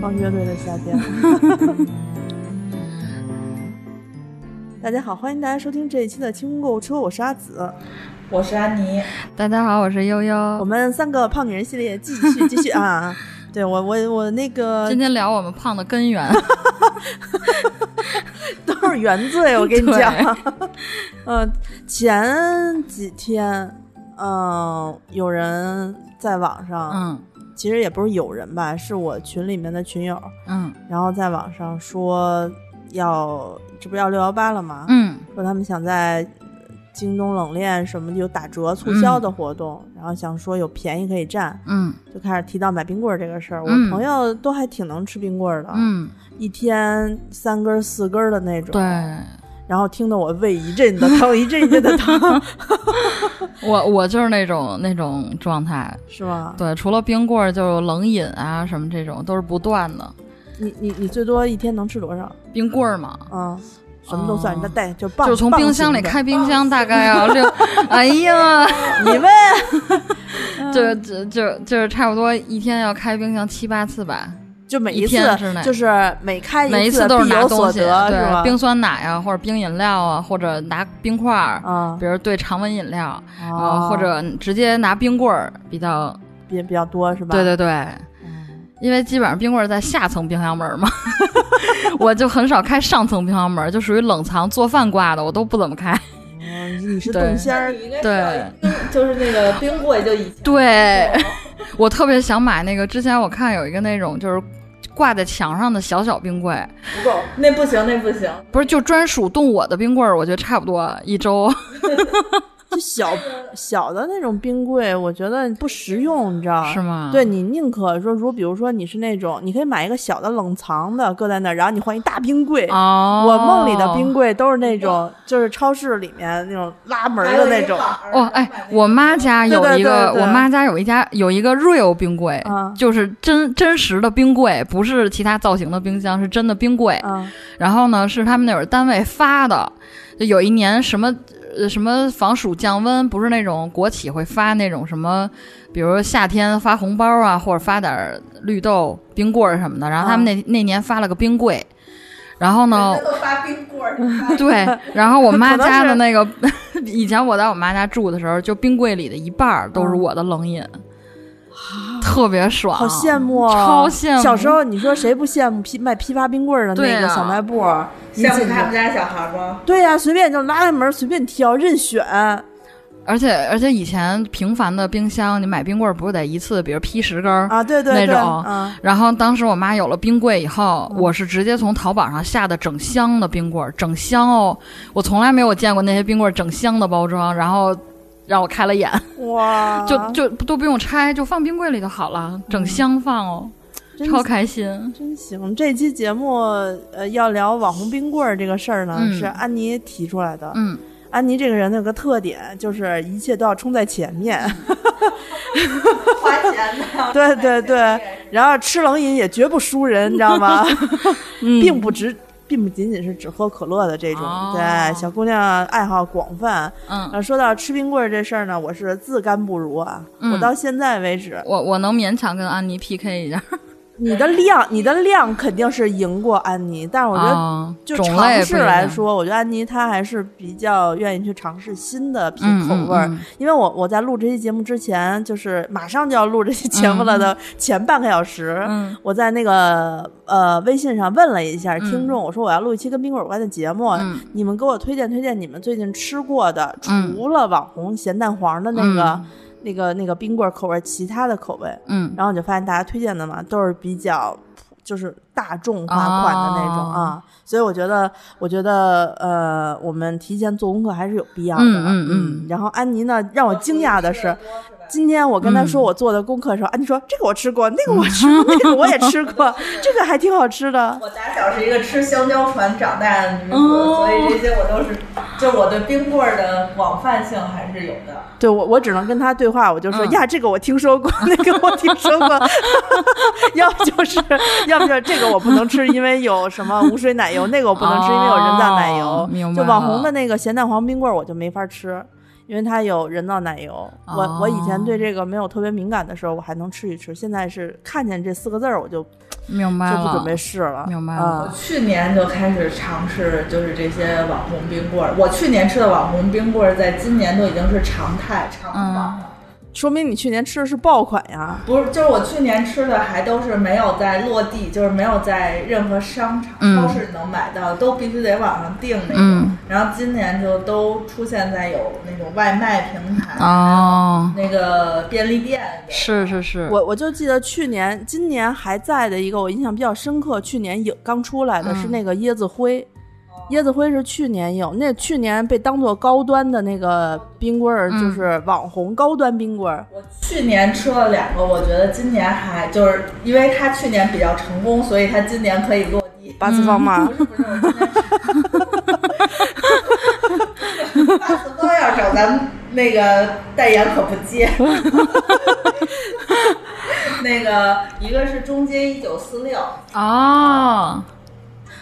放乐队的夏 天。大家好，欢迎大家收听这一期的清空购物车，我是阿紫，我是安妮。大家好，我是悠悠。我们三个胖女人系列继续继续 啊！对我我我那个今天聊我们胖的根源，都是原罪，我跟你对讲。 呃，前几天，呃，有人在网上，嗯其实也不是有人吧，是我群里面的群友，嗯然后在网上说要，这不要六幺八了吗？嗯说他们想在京东冷链什么有打折促销的活动，然后想说有便宜可以占，嗯就开始提到买冰棍儿这个事儿。我嗯朋友都还挺能吃冰棍儿的，嗯，一天三根儿四根儿的那种。对然后听得我胃一阵的 疼，一阵一阵的疼，我我就是那种那种状态，是吗？对，除了冰棍儿，就冷饮啊什么这种都是不断的。你你你最多一天能吃多少？冰棍儿嘛，嗯，什么都算，哦你再带就棒，就是从嗯棒冰箱型里的开冰箱，大概要六， 哎 呀，你嗯问， 就就就就是差不多一天要开冰箱七八次吧，就每一一次天之内就是每开每一次都是必拿有东所西，得，是吧？对，冰酸奶啊，或者冰饮料啊，或者拿冰块儿，啊比如兑常温饮料，啊啊，或者直接拿冰棍儿比较，比比较多是吧？对对对，嗯，因为基本上冰棍儿在下层冰箱门儿嘛， 我就很少开上层冰箱门儿，就属于冷藏做饭挂的，我都不怎么开。嗯你是对冻鲜儿，你应该对知道，就是那个冰柜，就以前 对， 我特别想买那个，之前我看有一个那种就是挂在墙上的小小冰柜，不够，那不行，那不行。不是就专属冻我的冰棍儿，我觉得差不多一周。就小小的那种冰柜，我觉得不实用，你知道是吗啊对你宁可说，如果比如说你是那种，你可以买一个小的冷藏的搁在那儿，然后你换一大冰柜。哦，我梦里的冰。柜都是那种，就是超市里面那种拉门儿的那种。哦，哎，我妈家有一个，对对对对我妈家有一家有一个 real 冰柜，啊就是真真实的冰柜，不是其他造型的冰箱，是真的冰柜。啊然后呢，是他们那会儿单位发的，就有一年什么。呃，什么防暑降温，不是那种国企会发那种什么，比如夏天发红包啊，或者发点儿绿豆、冰棍儿什么的。然后他们啊那、那年发了个冰柜，然后呢，都发冰棍嗯儿，对， 然后我妈家可的能那个， 以前我在我妈家住的时候，就冰柜里的一半儿都是我的冷饮，特别爽，嗯好羡慕哦，超羡慕小时候你说谁不羡慕批卖批发冰棍儿的那对个啊小卖部儿？你 羡慕进去他们家小孩吗？ 对呀、随便就拉开门，随便挑，任选。嗯而且而且以前平凡的冰箱，你买冰棍儿不是得一次，比如批十根儿。啊，对对对，那种啊，然后当时我妈有了冰柜以后，嗯我是直接从淘宝上下的整箱的冰棍儿，整箱哦，我从来没有见过那些冰棍儿整箱的包装，然后让我开了眼，啊哇，就就都不用拆，就放冰柜里就好了，整箱放哦，真超开心。真行。这期节目呃要聊网红冰棍儿这个事儿呢，嗯是安妮提出来的。嗯，安妮这个人有个特点，就是一切都要冲在前面，，花钱的对对对，然后吃冷饮也绝不输人，你知 道吗？并不只。并不仅仅是只喝可乐的这种，嗯哦对小姑娘爱好广泛。嗯呃，说到吃冰棍儿这事儿呢，我是自甘不如啊！嗯我到现在为止，我我能勉强跟安妮 PK 一下，你的量，你的量肯定是赢过安妮，但是我觉得啊，就种类尝不试一样嗯来，说，我觉得安妮她还是比较愿意去尝试新的品嗯口嗯味儿。嗯因为我我在录这期节目之前，就是马上就要录这期节目了的前半个小时，嗯我在那个呃微信上问了一下听嗯众，我说我要录一期跟冰棍儿有关的节目，嗯你们给我推荐推荐你们最近吃过的，嗯除了网红咸蛋黄的那个、那个那个冰棍儿口味儿，其他的口味。嗯，然后我就发现大家推荐的嘛，都是比较就是大众化款的那种哦啊，所以我觉得，我觉得呃，我们提前做功课还是有必要的。啊嗯嗯嗯然后安妮呢，让我惊讶的是，今天我跟她嗯说我做的功课的时候，安妮说这个我吃过，那个我吃过，那个我也吃过，这个还挺好吃的。 我打小是一个吃香蕉船长大的女子，哦所以这些我都是，就我对冰棍儿的广泛性还是有的。对我，我只能跟他对话，我就说、嗯呀，这个我听说过，那个我听说过， 要不就是，要不就是这个我不能吃，因为有什么无水奶油，那个我不能吃，因为有人造奶油。哦明白就网红了的那个咸蛋黄冰棍儿，我就没法吃。因为它有人造奶油。哦我我以前对这个没有特别敏感的时候，我还能吃一吃，现在是看见这四个字儿我就明白就了，不准备试了。明白我啊了去年就开始尝试，就是这些网红冰棍儿。我去年吃的网红冰棍儿，在今年都已经是常态常嗯往了。说明你去年吃的是爆款呀。不是，就是我去年吃的还都是没有在落地，就是没有在任何商场、嗯超市能买到，都必须得网上订那种。嗯然后今年就都出现在有那种外卖平台、哦，那个便利店的。是是是， 我我就记得去年、今年还在的一个，我印象比较深刻。去年有刚出来嗯的是那个椰子灰，哦椰子灰是去年有，那去年被当做高端的那个冰棍儿，嗯就是网红高端冰棍儿。我去年吃了两个，我觉得今年还就是因为他去年比较成功，所以他今年可以落地。八次嗯方嘛 不，是不是，我今年吃。下次都要找咱们那个代言可不 接。那个一个是中街一九四六，哦，啊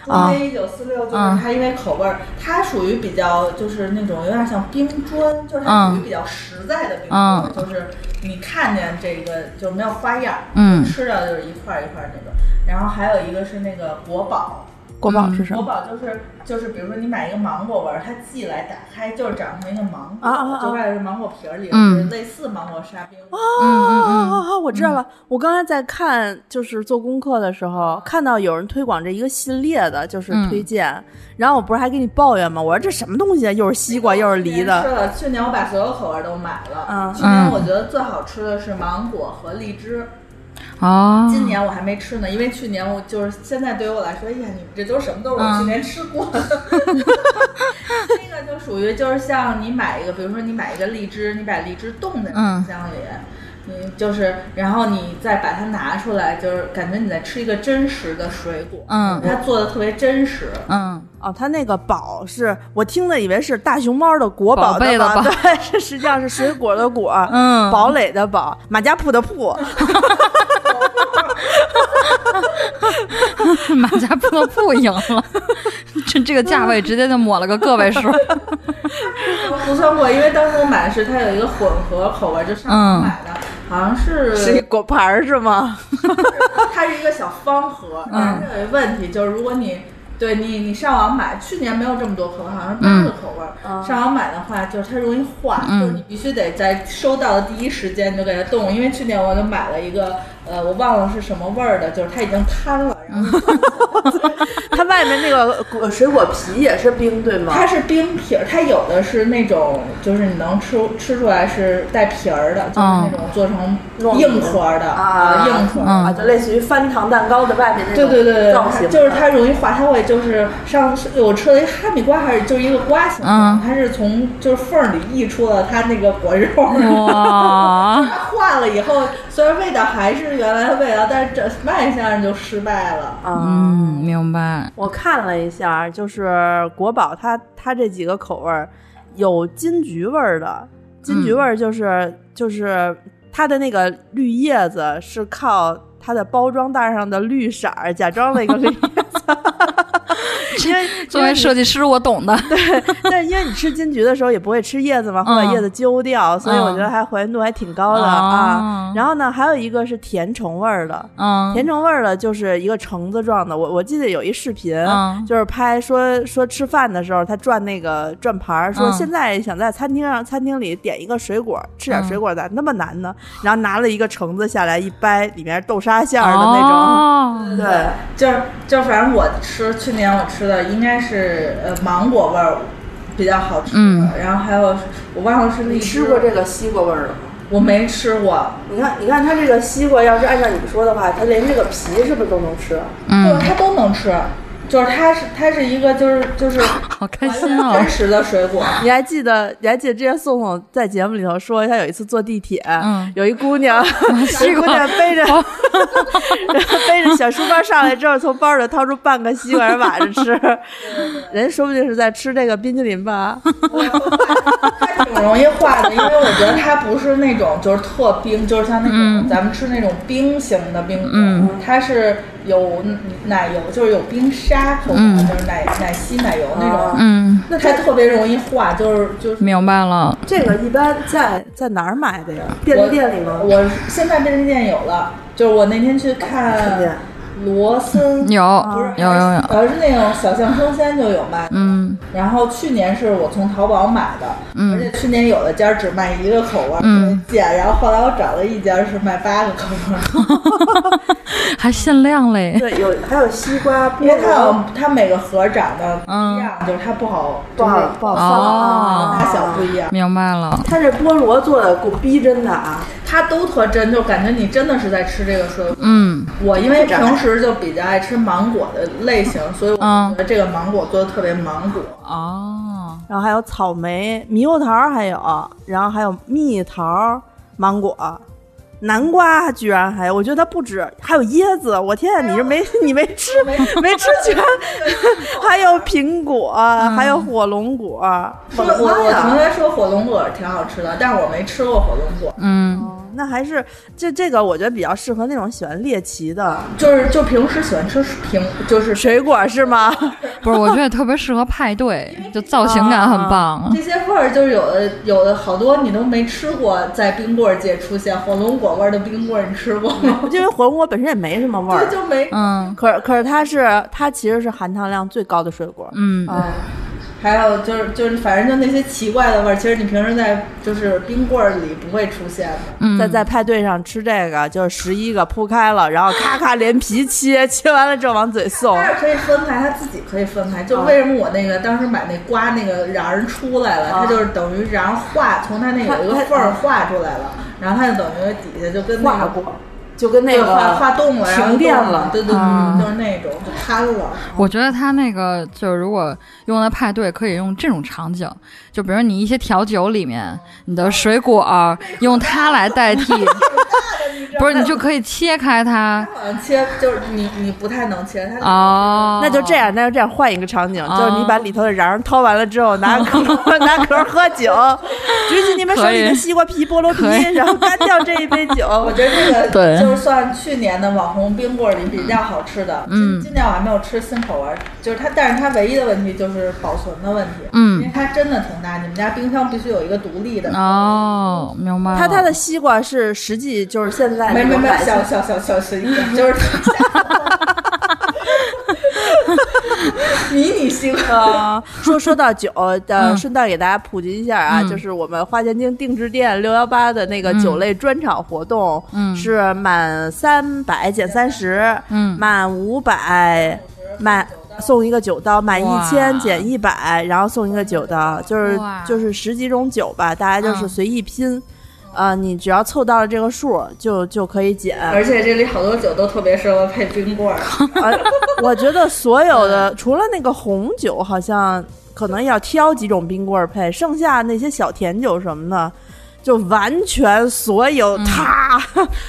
中街一九四六嗯就是它，因为口味儿，它属于比较就是那种有点像冰砖，就是它嗯属于比较实在的冰嗯砖，就是你看见这个就没有花样儿，嗯吃的就是一块儿一块儿那种。然后还有一个是那个国宝，国宝是什国么？宝就是就是，比如说你买一个芒果味儿，它寄来打开就是长成一个芒果，啊啊啊就外边是芒果皮儿，里嗯边是类似芒果沙冰。嗯嗯啊嗯，啊！我知道了，我刚才在看，就是做功课的时候，看到有人推广这一个系列的，就是嗯推荐。然后我不是还给你抱怨吗？我说这什么东西啊，又是西瓜又是梨去的。年吃了，去年我把所有口味儿都买了。嗯去年我觉得最好吃的是芒果和荔枝，哦，今年我还没吃呢，因为去年我就是现在对于我来说，哎呀，你们这都什么都是我嗯去年吃 过的。那个就属于就是像你买一个，比如说你买一个荔枝，你把荔枝冻在嗯冰箱里。你就是，然后你再把它拿出来，就是感觉你在吃一个真实的水果，嗯它做的特别真实，嗯，哦，它那个宝是我听了以为是大熊猫的国宝宝贝的宝宝，对， 是实际上是水果的果，嗯堡垒的堡，马家铺的铺，马家铺的铺赢了， 这这个价位直接就抹了个个位数，我核算过，因为当时我买的是它有一个混合口味，就上嗯网买的，好像是是一果盘儿是吗？ 它是一个小方盒，但嗯是有一个问题，就是如果你对你你上网买，去年没有这么多口味，好像是八个口味儿。嗯上网买的话，就是它容易化，嗯就是你必须得在收到的第一时间你就给它冻。因为去年我就买了一个，呃，我忘了是什么味儿的，就是它已经摊了，然嗯后它外面那个果呃水果皮也是冰对吗它是冰皮儿，它有的是那种就是你能吃吃出来是带皮儿的，就是那种做成糯米硬壳儿的啊硬壳儿的嗯啊，就类似于翻糖蛋糕的外面那对种对对对造型对，的，就是它容易化，它会就是上次我吃了一哈密瓜，还是就是一个瓜形状，嗯它是从就是缝儿里溢出了它那个果肉， 嗯哇，它 化了以后，虽然味道还是原来的味道，但是这卖相就失败了。啊。嗯，明白，我看了一下，就是国宝它它这几个口味儿，有金桔味儿的，金嗯桔味儿就是、就是它的那个绿叶子是靠它的包装袋上的绿色儿假装了一个 绿叶子，因为作为设计师我懂的，但是因为你吃金桔的时候也不会吃叶子嘛，会把嗯叶子揪掉，所以我觉得嗯还还原度还挺高的、哦啊。然后呢，还有一个是甜橙味儿的，嗯甜橙味儿的就是一个橙子状的。我我记得有一视频，嗯就是拍说说吃饭的时候，他转那个转盘儿，说嗯现在想在餐厅上餐厅里点一个水果，吃嗯点水果咋那么难呢？然后拿了一个橙子下来一掰，里面是豆沙馅儿的那种。哦， 对，就是就是反正我吃去年我吃的应该是呃芒果味儿比较好吃，嗯然后还有我忘了是荔你枝，吃过这个西瓜味儿的吗？我没吃过，你看，你看它这个西瓜，要是按照你说的话，它连这个皮是不是都能吃？啊就是嗯，它都能吃，就是它是它是一个就是 就是好开心哦真，实的水果。你还记得？你还记得之前宋宋在节目里头说，他有一次坐地铁，嗯有一 姑娘，有一姑娘背着背着小书包上来之后，从包里掏出半个西瓜，人挽着吃。人家说不定是在吃这个冰淇淋吧？我我看看不容易化的，因为我觉得它不是那种就是特冰，就是像那种、咱们吃那种冰型的冰棍，嗯它是有奶油，就是有冰沙口感，嗯就是奶奶昔奶油那哦种，嗯，那它特别容易化，就是就是。明白了。这个一般在在哪儿买的呀？便我利店里吗？我现在便利店有了，就是我那天去看店罗森，有不是有有有，呃是那种小象生鲜就有卖， 嗯然后去年是我从淘宝买的，嗯而且去年有的家只卖一个口味，嗯特别贱。然后后来我找了一家是卖八个口味， 还限量嘞。对，有还有西瓜、菠因为它好萝，像它每个盒长得不一样，就是它不好，不好就是不好啊哦放大小不一样。明白了，它这菠萝做的够逼真的啊！它都特真，就感觉你真的是在吃这个水果。嗯，我因为平时就比较爱吃芒果的类型，所以我嗯觉得这个芒果做的特别芒果。哦，然后还有草莓、猕猴桃，还有，然后还有蜜桃、芒果、南瓜，居然还有，我觉得它不止，还有椰子，我天，你是没 你没吃没吃全， 还有苹果，还有火龙果，说我的我妈我同呀！学说火龙果挺好吃的，但是我没吃过火龙果。嗯，那还是这这个，我觉得比较适合那种喜欢猎奇的就是就平时喜欢吃平就是水果，是吗？ 不是，我觉得特别适合派对，就造型感很棒。啊这些味儿就是有的有的好多你都没吃过，在冰棍儿界出现火龙果味儿的冰棍儿，你吃过吗？因为火龙果本身也没什么味对，儿，就没。嗯可可是它是它其实是含糖量最高的水果，嗯，啊，还有就是就是反正就那些奇怪的味儿，其实你平时在就是冰棍儿里不会出现的。嗯在在派对上吃这个，就是十一个铺开了，然后咔咔连皮切，切完了之后往嘴送。但是可以分开，它自己可以分开。就为什么我那个当时买那瓜那个瓤儿出来了，它就是等于瓤儿化，从它那有一个哦它它缝儿化出来了，然后它就等于底下就跟那化个过，就跟那对个化化冻了，然后停电冻了。嗯对对啊对，就是那种就瘫了。我觉得他那个就是如果用在派对，可以用这种场景，就比如你一些调酒里面，你的水果儿用它来 代替，不是你就可以切开它好像切就是你你不太能切它，哦，那就这样，那就这样，换一个场景，哦就是你把里头的瓤儿掏完了之后，拿 壳拿壳喝酒，举起你们手里可以的西瓜皮、菠萝皮可以，然后干掉这一杯酒。我觉得这个 对就是算去年的网红冰棍儿里比较好吃的。嗯，今年我还没有吃新口味儿，就是它，但是它唯一的问题就是保存的问题。嗯因为它真的挺大，你们家冰箱必须有一个独立的。哦，明白了。它它的西瓜是实际就是现在没那没种没，买小小小小吃一点，就是 迷你西 瓜。呃，说说到酒的，嗯顺道给大家普及一下啊，嗯就是我们花钱精定制店六幺八的那个酒类专场活动，嗯是满三百减三十，嗯满五百满送一个酒刀，满哇一千减一百，然后送一个酒刀，就是哇就是十几种酒吧，大家就是嗯随意拼，呃，你只要凑到了这个数，就就可以减。而且这里好多酒都特别适合配冰棍儿，呃，我觉得所有嗯的除了那个红酒，好像可能要挑几种冰棍儿配，剩下那些小甜酒什么的，就完全所有它、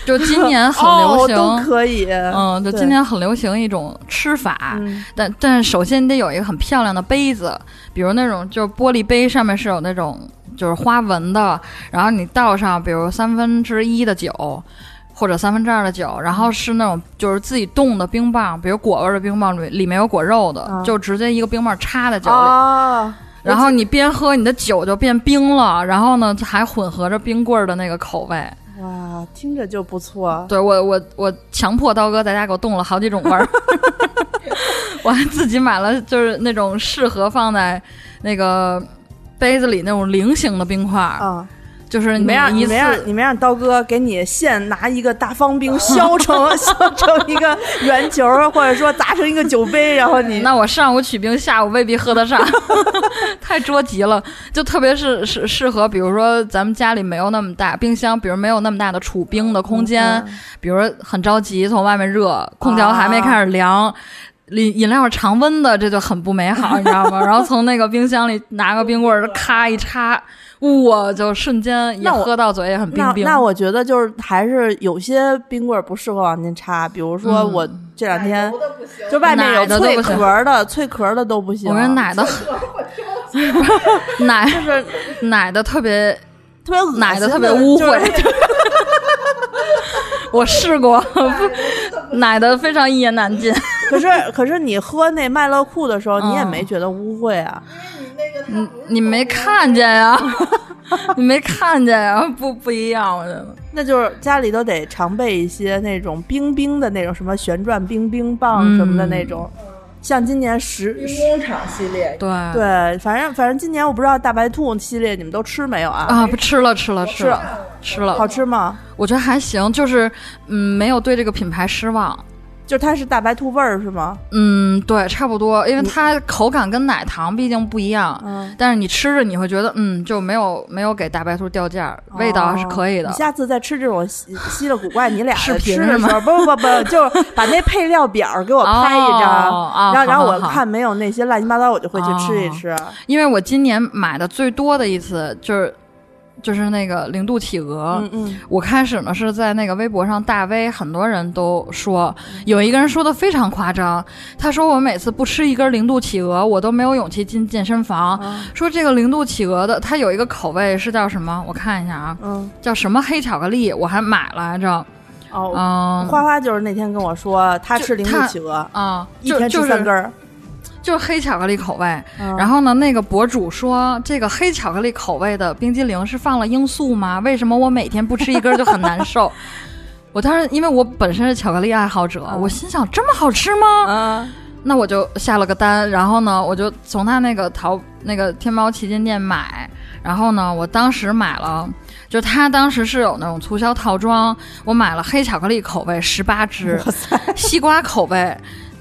就嗯今年很流行， 哦、都可以。嗯，就今年很流行一种吃法，嗯但但是首先你得有一个很漂亮的杯子，比如那种就是玻璃杯，上面是有那种就是花纹的，然后你倒上比如三分之一的酒。或者三分之二的酒，然后是那种就是自己冻的冰棒，比如果味儿的冰棒里里面有果肉的，啊就直接一个冰棒插在酒里，哦，然后你边喝你的酒就变冰了，然后呢还混合着冰棍儿的那个口味。哇，听着就不错。对我我我强迫刀哥在家给我冻了好几种味儿， 我还自己买了就是那种适合放在那个杯子里那种菱形的冰块儿，啊、就是你没让嗯一你没让次。你没让刀哥给你现拿一个大方冰削成 削成一个圆球儿，或者说砸成一个酒杯，然后你那我上午取冰，下午未必喝得上， 太捉急了。就特别是适适合，比如说咱们家里没有那么大冰箱，比如没有那么大的储冰的空间，嗯比如很着急从外面热，空调啊还没开始凉，饮饮料是常温的，这就很不美好，你知道吗？然后从那个冰箱里拿个冰棍儿，咔一插，哇，就瞬间也那我喝到嘴也很冰冰。那那我觉得就是还是有些冰棍儿不适合往进插，比如说我这两天、油的不行，就外面嗯奶有的都脆不行 壳儿的、脆壳儿的都不行。我跟奶的， 奶就是奶的特别，特别恶心奶的特别污就是 我试过， 奶的非常一言难 尽。可是可是你喝那麦乐库的时候，你也嗯没觉得污秽啊？因为你那个它不是你没看见呀？ 你没看见呀？不不一样，我觉得。那就是家里都得常备一些那种冰冰的那种什么旋转冰冰棒嗯什么的那种，像今年十兵工厂系列，对对对，反正反正今年我不知道大白兔系列你们都吃没有啊？啊，不吃了吃了吃了吃好了，吃吗？我觉得还行，就是嗯，没有对这个品牌失望。就它是大白兔味儿是吗？嗯，对，差不多，因为它口感跟奶糖毕竟不一样，嗯，但是你吃着你会觉得，嗯，就没有没有给大白兔掉价儿，味道还是可以的。哦你下次再吃这种稀稀了古怪，你俩视频吃的时候，不不不，就是把那配料表给我拍一哦张，哦然后然后我好好哦好看没有那些乱七八糟，我就会去吃一吃。因为我今年买的最多的一次就是就是那个零度企鹅，嗯嗯，我开始呢是在那个微博上，大 V 很多人都说，嗯有一个人说的非常夸张，他说我每次不吃一根零度企鹅，我都没有勇气进健身房。啊说这个零度企鹅的，它有一个口味是叫什么？我看一下啊，嗯叫什么黑巧克力，我还买来着。哦，嗯，花花就是那天跟我说，他就吃零度他企鹅，啊，一就天就吃三根是儿。就是黑巧克力口味。嗯然后呢，那个博主说，这个黑巧克力口味的冰激凌是放了罂粟吗？ 为什么我每天不吃一根就很难受？ 我当时因为我本身是巧克力爱好者，嗯我心想这么好吃吗？嗯那我就下了个单，然后呢，我就从他那个淘那个天猫旗舰店买，然后呢，我当时买了，就他当时是有那种促销套装，我买了黑巧克力口味十八支，西瓜口味。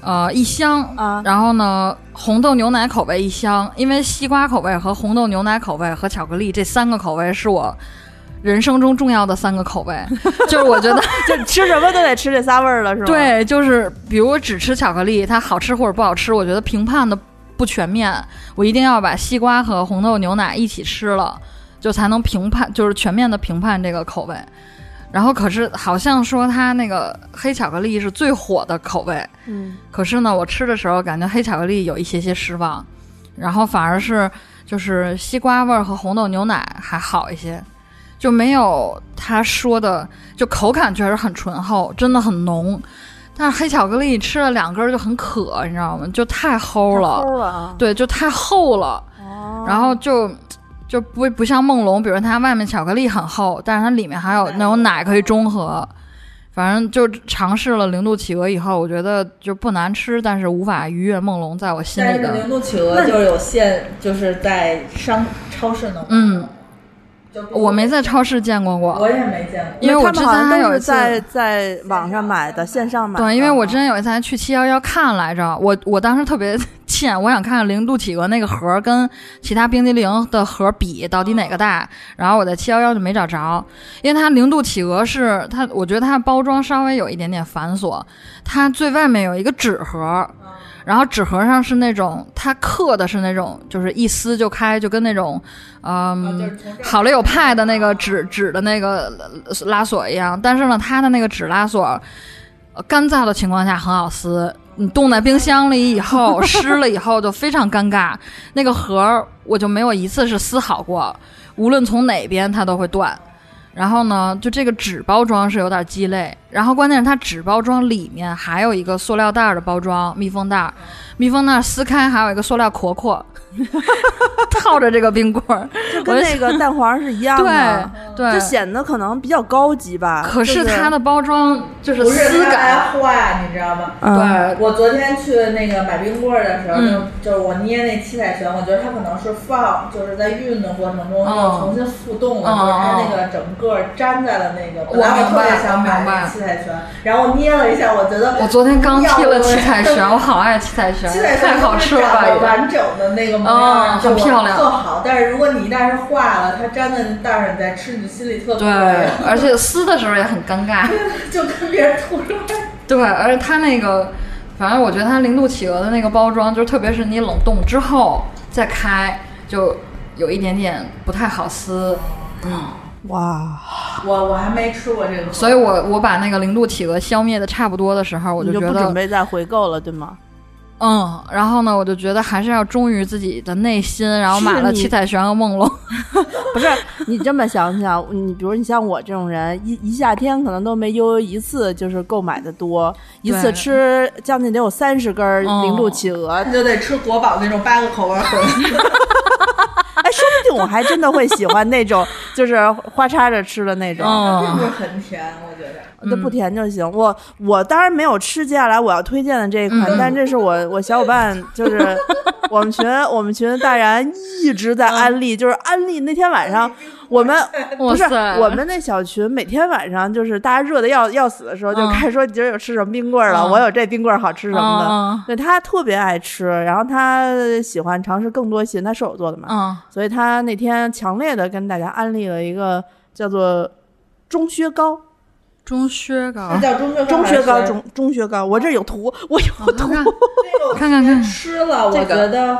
呃，一箱啊然后呢，红豆牛奶口味一箱，因为西瓜口味和红豆牛奶口味和巧克力这三个口味是我人生中重要的三个口 味，就是我觉得就吃什么都得吃这仨味儿了，是吗？，对，就是比如我只吃巧克力，它好吃或者不好吃，我觉得评判的不全面，我一定要把西瓜和红豆牛奶一起吃了，就才能评判，就是全面的评判这个口味。然后可是好像说它那个黑巧克力是最火的口味，嗯，可是呢，我吃的时候感觉黑巧克力有一些些失望，然后反而是就是西瓜味儿和红豆牛奶还好一些，就没有他说的，就口感确实很醇厚，真的很浓。但是黑巧克力吃了两根儿就很渴，你知道吗？就太齁了，齁了啊。对，就太厚了，哦然后就。就不不像梦龙，比如它外面巧克力很厚，但是它里面还有那种奶可以中和。反正就尝试了零度企鹅以后，我觉得就不难吃，但是无法逾越梦龙在我心但里是的零度企鹅就是有限，就是在商超市能，嗯，就不我没在超市见过过，我也没见过，因为我他之们前好像还都有一是次，在在网上买的，线上买的。对，因为我之前有一次还去七幺幺看来着，我我当时特别欠，我想看看零度企鹅那个盒儿跟其他冰激凌的盒儿比到底哪个大，然后我在七幺幺就没找着，因为它零度企鹅是它，我觉得它包装稍微有一点点繁琐，它最外面有一个纸盒儿。然后纸盒上是那种，它刻的是那种，就是一撕就开，就跟那种，嗯，啊就是从这儿啊好了有派的那个纸纸的那个呃拉锁一样，但是呢，它的那个纸拉锁，呃干燥的情况下很好撕，你冻在冰箱里以后湿了以后就非常尴尬。那个盒儿我就没有一次是撕好过，无论从哪边它都会断。然后呢，就这个纸包装是有点鸡肋，然后关键是它纸包装里面还有一个塑料袋儿的包装，密封袋儿，密封袋儿撕开还有一个塑料壳壳， 套着这个冰棍儿，就跟那个蛋黄是一样对的，对就，显得可能比较高级吧。可是它的的包装就是不是撕感，它嗯画，你知道吗？嗯对，我昨天去那个买冰棍儿的时候，嗯就就是我捏那七彩旋，我觉得它可能是放，就是在运的过程中嗯又重新复动了，嗯就是它那个整个粘在了那个。我本来我特明别白想我买明白那七彩旋，然后捏了一下，我觉得我昨天刚剃了七彩要旋，不我好爱七彩旋，七彩太旋好就吃了是长得吧？完整的那个模样，嗯就很漂亮特好。但是如果你一旦是化了，它粘在那袋儿上，你再吃，你心里特别对，而且撕的时候也很尴尬。就跟别人吐出来。对，而且它那个，反正我觉得它零度企鹅的那个包装，就是特别是你冷冻之后再开，就有一点点不太好撕。哦嗯，哇，我我还没吃过这个，所以我我把那个零度企鹅消灭的差不多的时候，我你就觉不准得备再回购了，对吗？嗯，然后呢，我就觉得还是要忠于自己的内心，然后买是了你七彩玄和 梦龙， 不是你这么想想，你比如你像我这种人，一一夏天可能都没悠悠一次就是购买的多，一次对吃将近得有三十根儿嗯零度企鹅，那就得吃国宝那种八个 口味儿啊的。哎，说不定我还真的会喜欢那种就是花叉着吃的那种。并嗯不是很甜，我觉得。啊就不甜就行。我我当然没有吃接下来我要推荐的这一款，嗯但这是我我小伙伴，就是 我们群我们群的大然一直在安利，就是安利那天 晚上我们。不嗯哇是塞，我们那小群，每天晚上就是大家热的要要死的时候，就嗯开始说你今儿有吃什么冰棍儿了，嗯我有这冰棍儿好吃什么的。嗯对他特别爱吃，然后他喜欢尝试更多新，他射手座的嘛，嗯所以他那天强烈的跟大家安利了一个叫做中薛高，中靴膏那，叫中学中学薛高，中中薛高，我这有图，我有我图。看那个我看看看吃 了，我这觉个得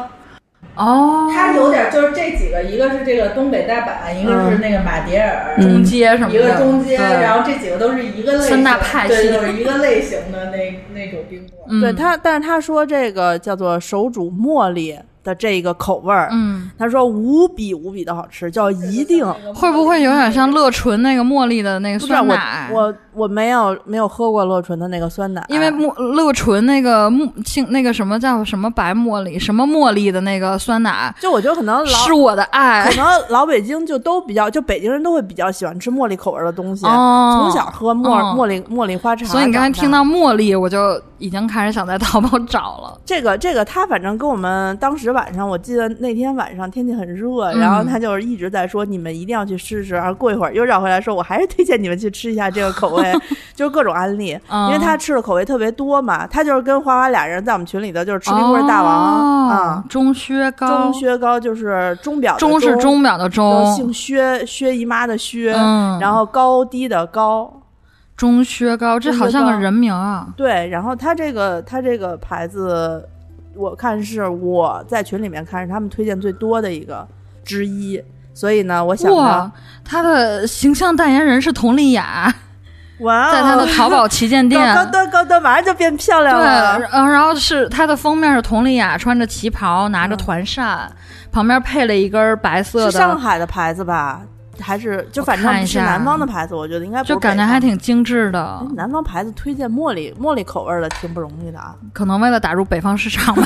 哦，它有点就是这几个，一个是这个东北大嗯阪，一个是那个马迭尔，嗯中街什么的，一个中间，对然后这几个都是一个类嗯型，三大派系对，就是一个类型的那那种冰棍。嗯对他，但是他说这个叫做手煮茉莉的这个口味儿，嗯，他说无比无比的好吃，叫一定。会不会有点像乐纯那个茉莉的那个不知道酸我奶？我我没有没有喝过乐纯的那个酸奶，因为茉乐纯那个茉青那个什么叫什么白茉莉什么茉莉的那个酸奶就我觉得可能老是我的爱可能老北京就都比较，就北京人都会比较喜欢吃茉莉口味的东西。哦从小喝茉、哦茉莉茉莉花茶，所以你刚才听长大到茉莉，我就已经开始想在淘宝找了。这个这个，他反正跟我们当时晚上，我记得那天晚上天气很热，然嗯后他就是一直在说你们一定要去试试，然后过一会儿又绕回来说，我还是推荐你们去吃一下这个口味， 就是各种安利，嗯因为他吃的口味特别多嘛，他就是跟花花俩人在我们群里头就是吃冰棍大王啊哦、，中靴高，钟薛高就是钟表的中是钟钟表的都姓钟，薛，薛姨妈的薛，嗯然后高低的高，中靴高，这中靴好像个高人名啊。对，然后它这个它这个牌子，我看是我在群里面看是他们推荐最多的一个之一，所以呢，我想哇呢，，他的形象代言人是佟丽娅，哇哦，在他的淘宝旗舰店。高高端高端马上就变漂亮对，了，嗯，然后是它的封面是佟丽娅穿着旗袍，拿着团扇，旁边配了一根白色嗯是上的，海的牌子吧？还是就反看一正是下南方的牌子，我觉得应该不是就感觉北还方挺精致的哎，南方牌子推荐茉莉茉莉口味的挺不容易的啊，可能为了打入北方市场 吧。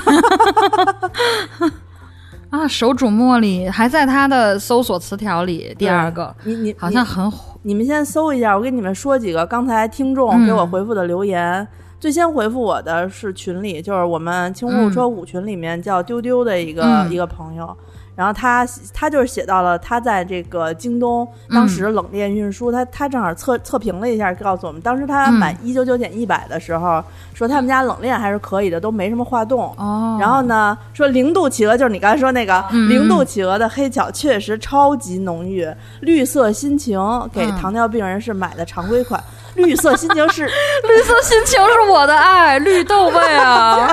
啊，手煮茉莉还在它的搜索词条里，第二个你你好你像很火。你们先搜一下，我给你们说几个刚才听嗯众给我回复的留言。最先回复我的是群里，就是我们清空嗯五车五群里面叫丢丢的一个、嗯一个朋友，然后他他就是写到了他在这个京东嗯当时冷链运输，他他正好测测评了一下，告诉我们当时他买嗯一九九减一百的时候，说他们家冷链还是可以的，都没什么化冻。哦，然后呢，说零度企鹅就是你刚才说那个、嗯零度企鹅的黑巧确实超级浓郁，绿色心情给嗯糖尿病人是买的常规款，绿色心情是绿色心情是我的爱，绿豆味啊，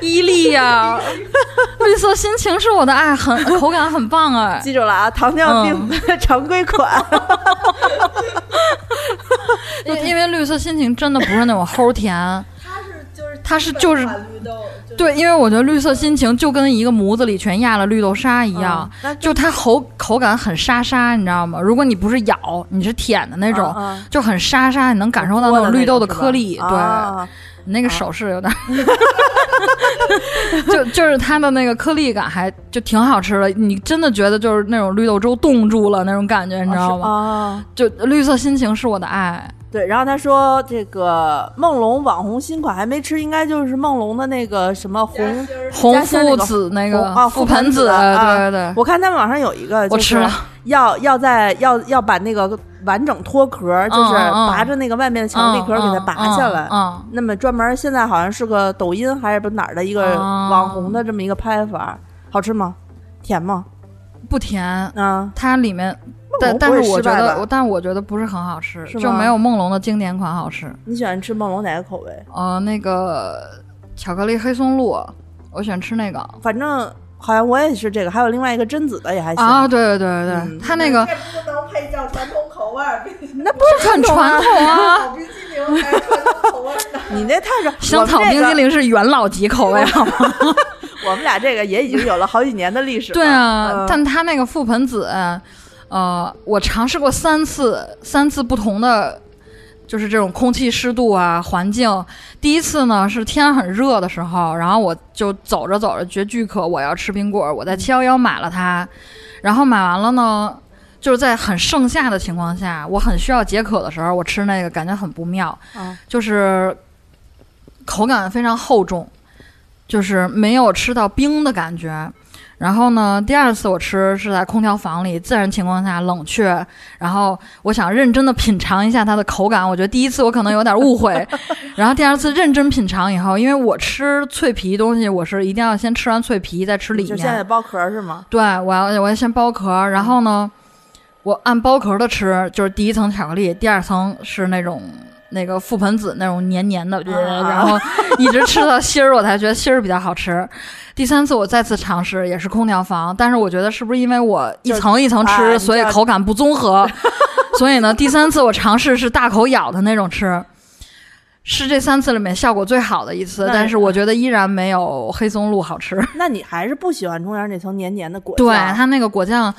伊利呀、绿色心情是我的爱，很口感很棒哎记住了啊，糖尿病嗯的常规款，因因为绿色心情真的不是那种齁甜，它是就是它是就是基本款绿豆，就对，因为我觉得绿色心情就跟一个模子里全压了绿豆沙一样，嗯那就它口口感很沙沙，你知道吗？如果你不是咬，你是舔的那种，嗯嗯就很沙沙，你能感受到那种绿豆的颗粒。是吧啊对，你那个手势有点， 就就是它的那个颗粒感还就挺好吃的，你真的觉得就是那种绿豆粥冻住了那种感觉，你知道啊吗？就绿色心情是我的爱，对，然后他说这个梦龙网红新款还没吃，应该就是梦龙的那个什么夹红心儿红家乡那富个子那红个啊覆覆盆盆子，子啊对对对。我看他们网上有一个，我吃了，要要在要要把那个完整脱壳儿，就是嗯嗯拔着那个外面的巧克力壳儿给它拔下来。嗯，那么专门现在好像是个抖音还是不哪儿的一个哦网红的这么一个拍法，好吃吗？甜吗？嗯不甜，啊，它里面，梦但龙但不是会我失觉败得，吧我但我觉得不是很好吃，是吗就没有梦龙的经典款好吃。你喜欢吃梦龙哪个口味？呃，那个巧克力黑松露，我喜欢吃那个。反正好像我也是这个，还有另外一个榛子的也还行。啊，对对对对，嗯它那个这不能配叫传统口味儿，那不是很传统啊， 好冰淇淋柠还传统口味儿呢。你那太少，香草冰激凌是元老级口味啊好吗？我们俩这个也已经有了好几年的历史了。 对啊，嗯但它那个覆盆子，呃，我尝试过三次，三次不同的，就是这种空气湿度啊、环境。第一次呢是天很热的时候，然后我就走着走着觉得巨渴，我要吃冰棍儿，我在七幺幺买了它，然后买完了呢。就是在很盛夏的情况下，我很需要解渴的时候，我吃那个感觉很不妙，嗯就是口感非常厚重，就是没有吃到冰的感觉。然后呢，第二次我吃是在空调房里，自然情况下冷却。然后我想认真的品尝一下它的口感，我觉得第一次我可能有点误会，然后第二次认真品尝以后，因为我吃脆皮东西，我是一定要先吃完脆皮再吃里就面。现在剥壳是吗？对，我要我要先剥壳儿，然后呢，我按剥壳儿的吃，就是第一层巧克力，第二层是那种那个覆盆子那种黏黏的，啊然后一直吃到芯儿，我才觉得芯儿比较好吃。第三次我再次尝试，也是空调房，但是我觉得是不是因为我一就是层一层啊吃，你所以知道口感不综 合，所以呢，第三次我尝试是大口咬的那种吃。是这三次里面效果最好的一次，那但是我觉得依然没有黑松露好吃。那你还是不喜欢中间那层黏黏的果酱？啊对它那个果酱，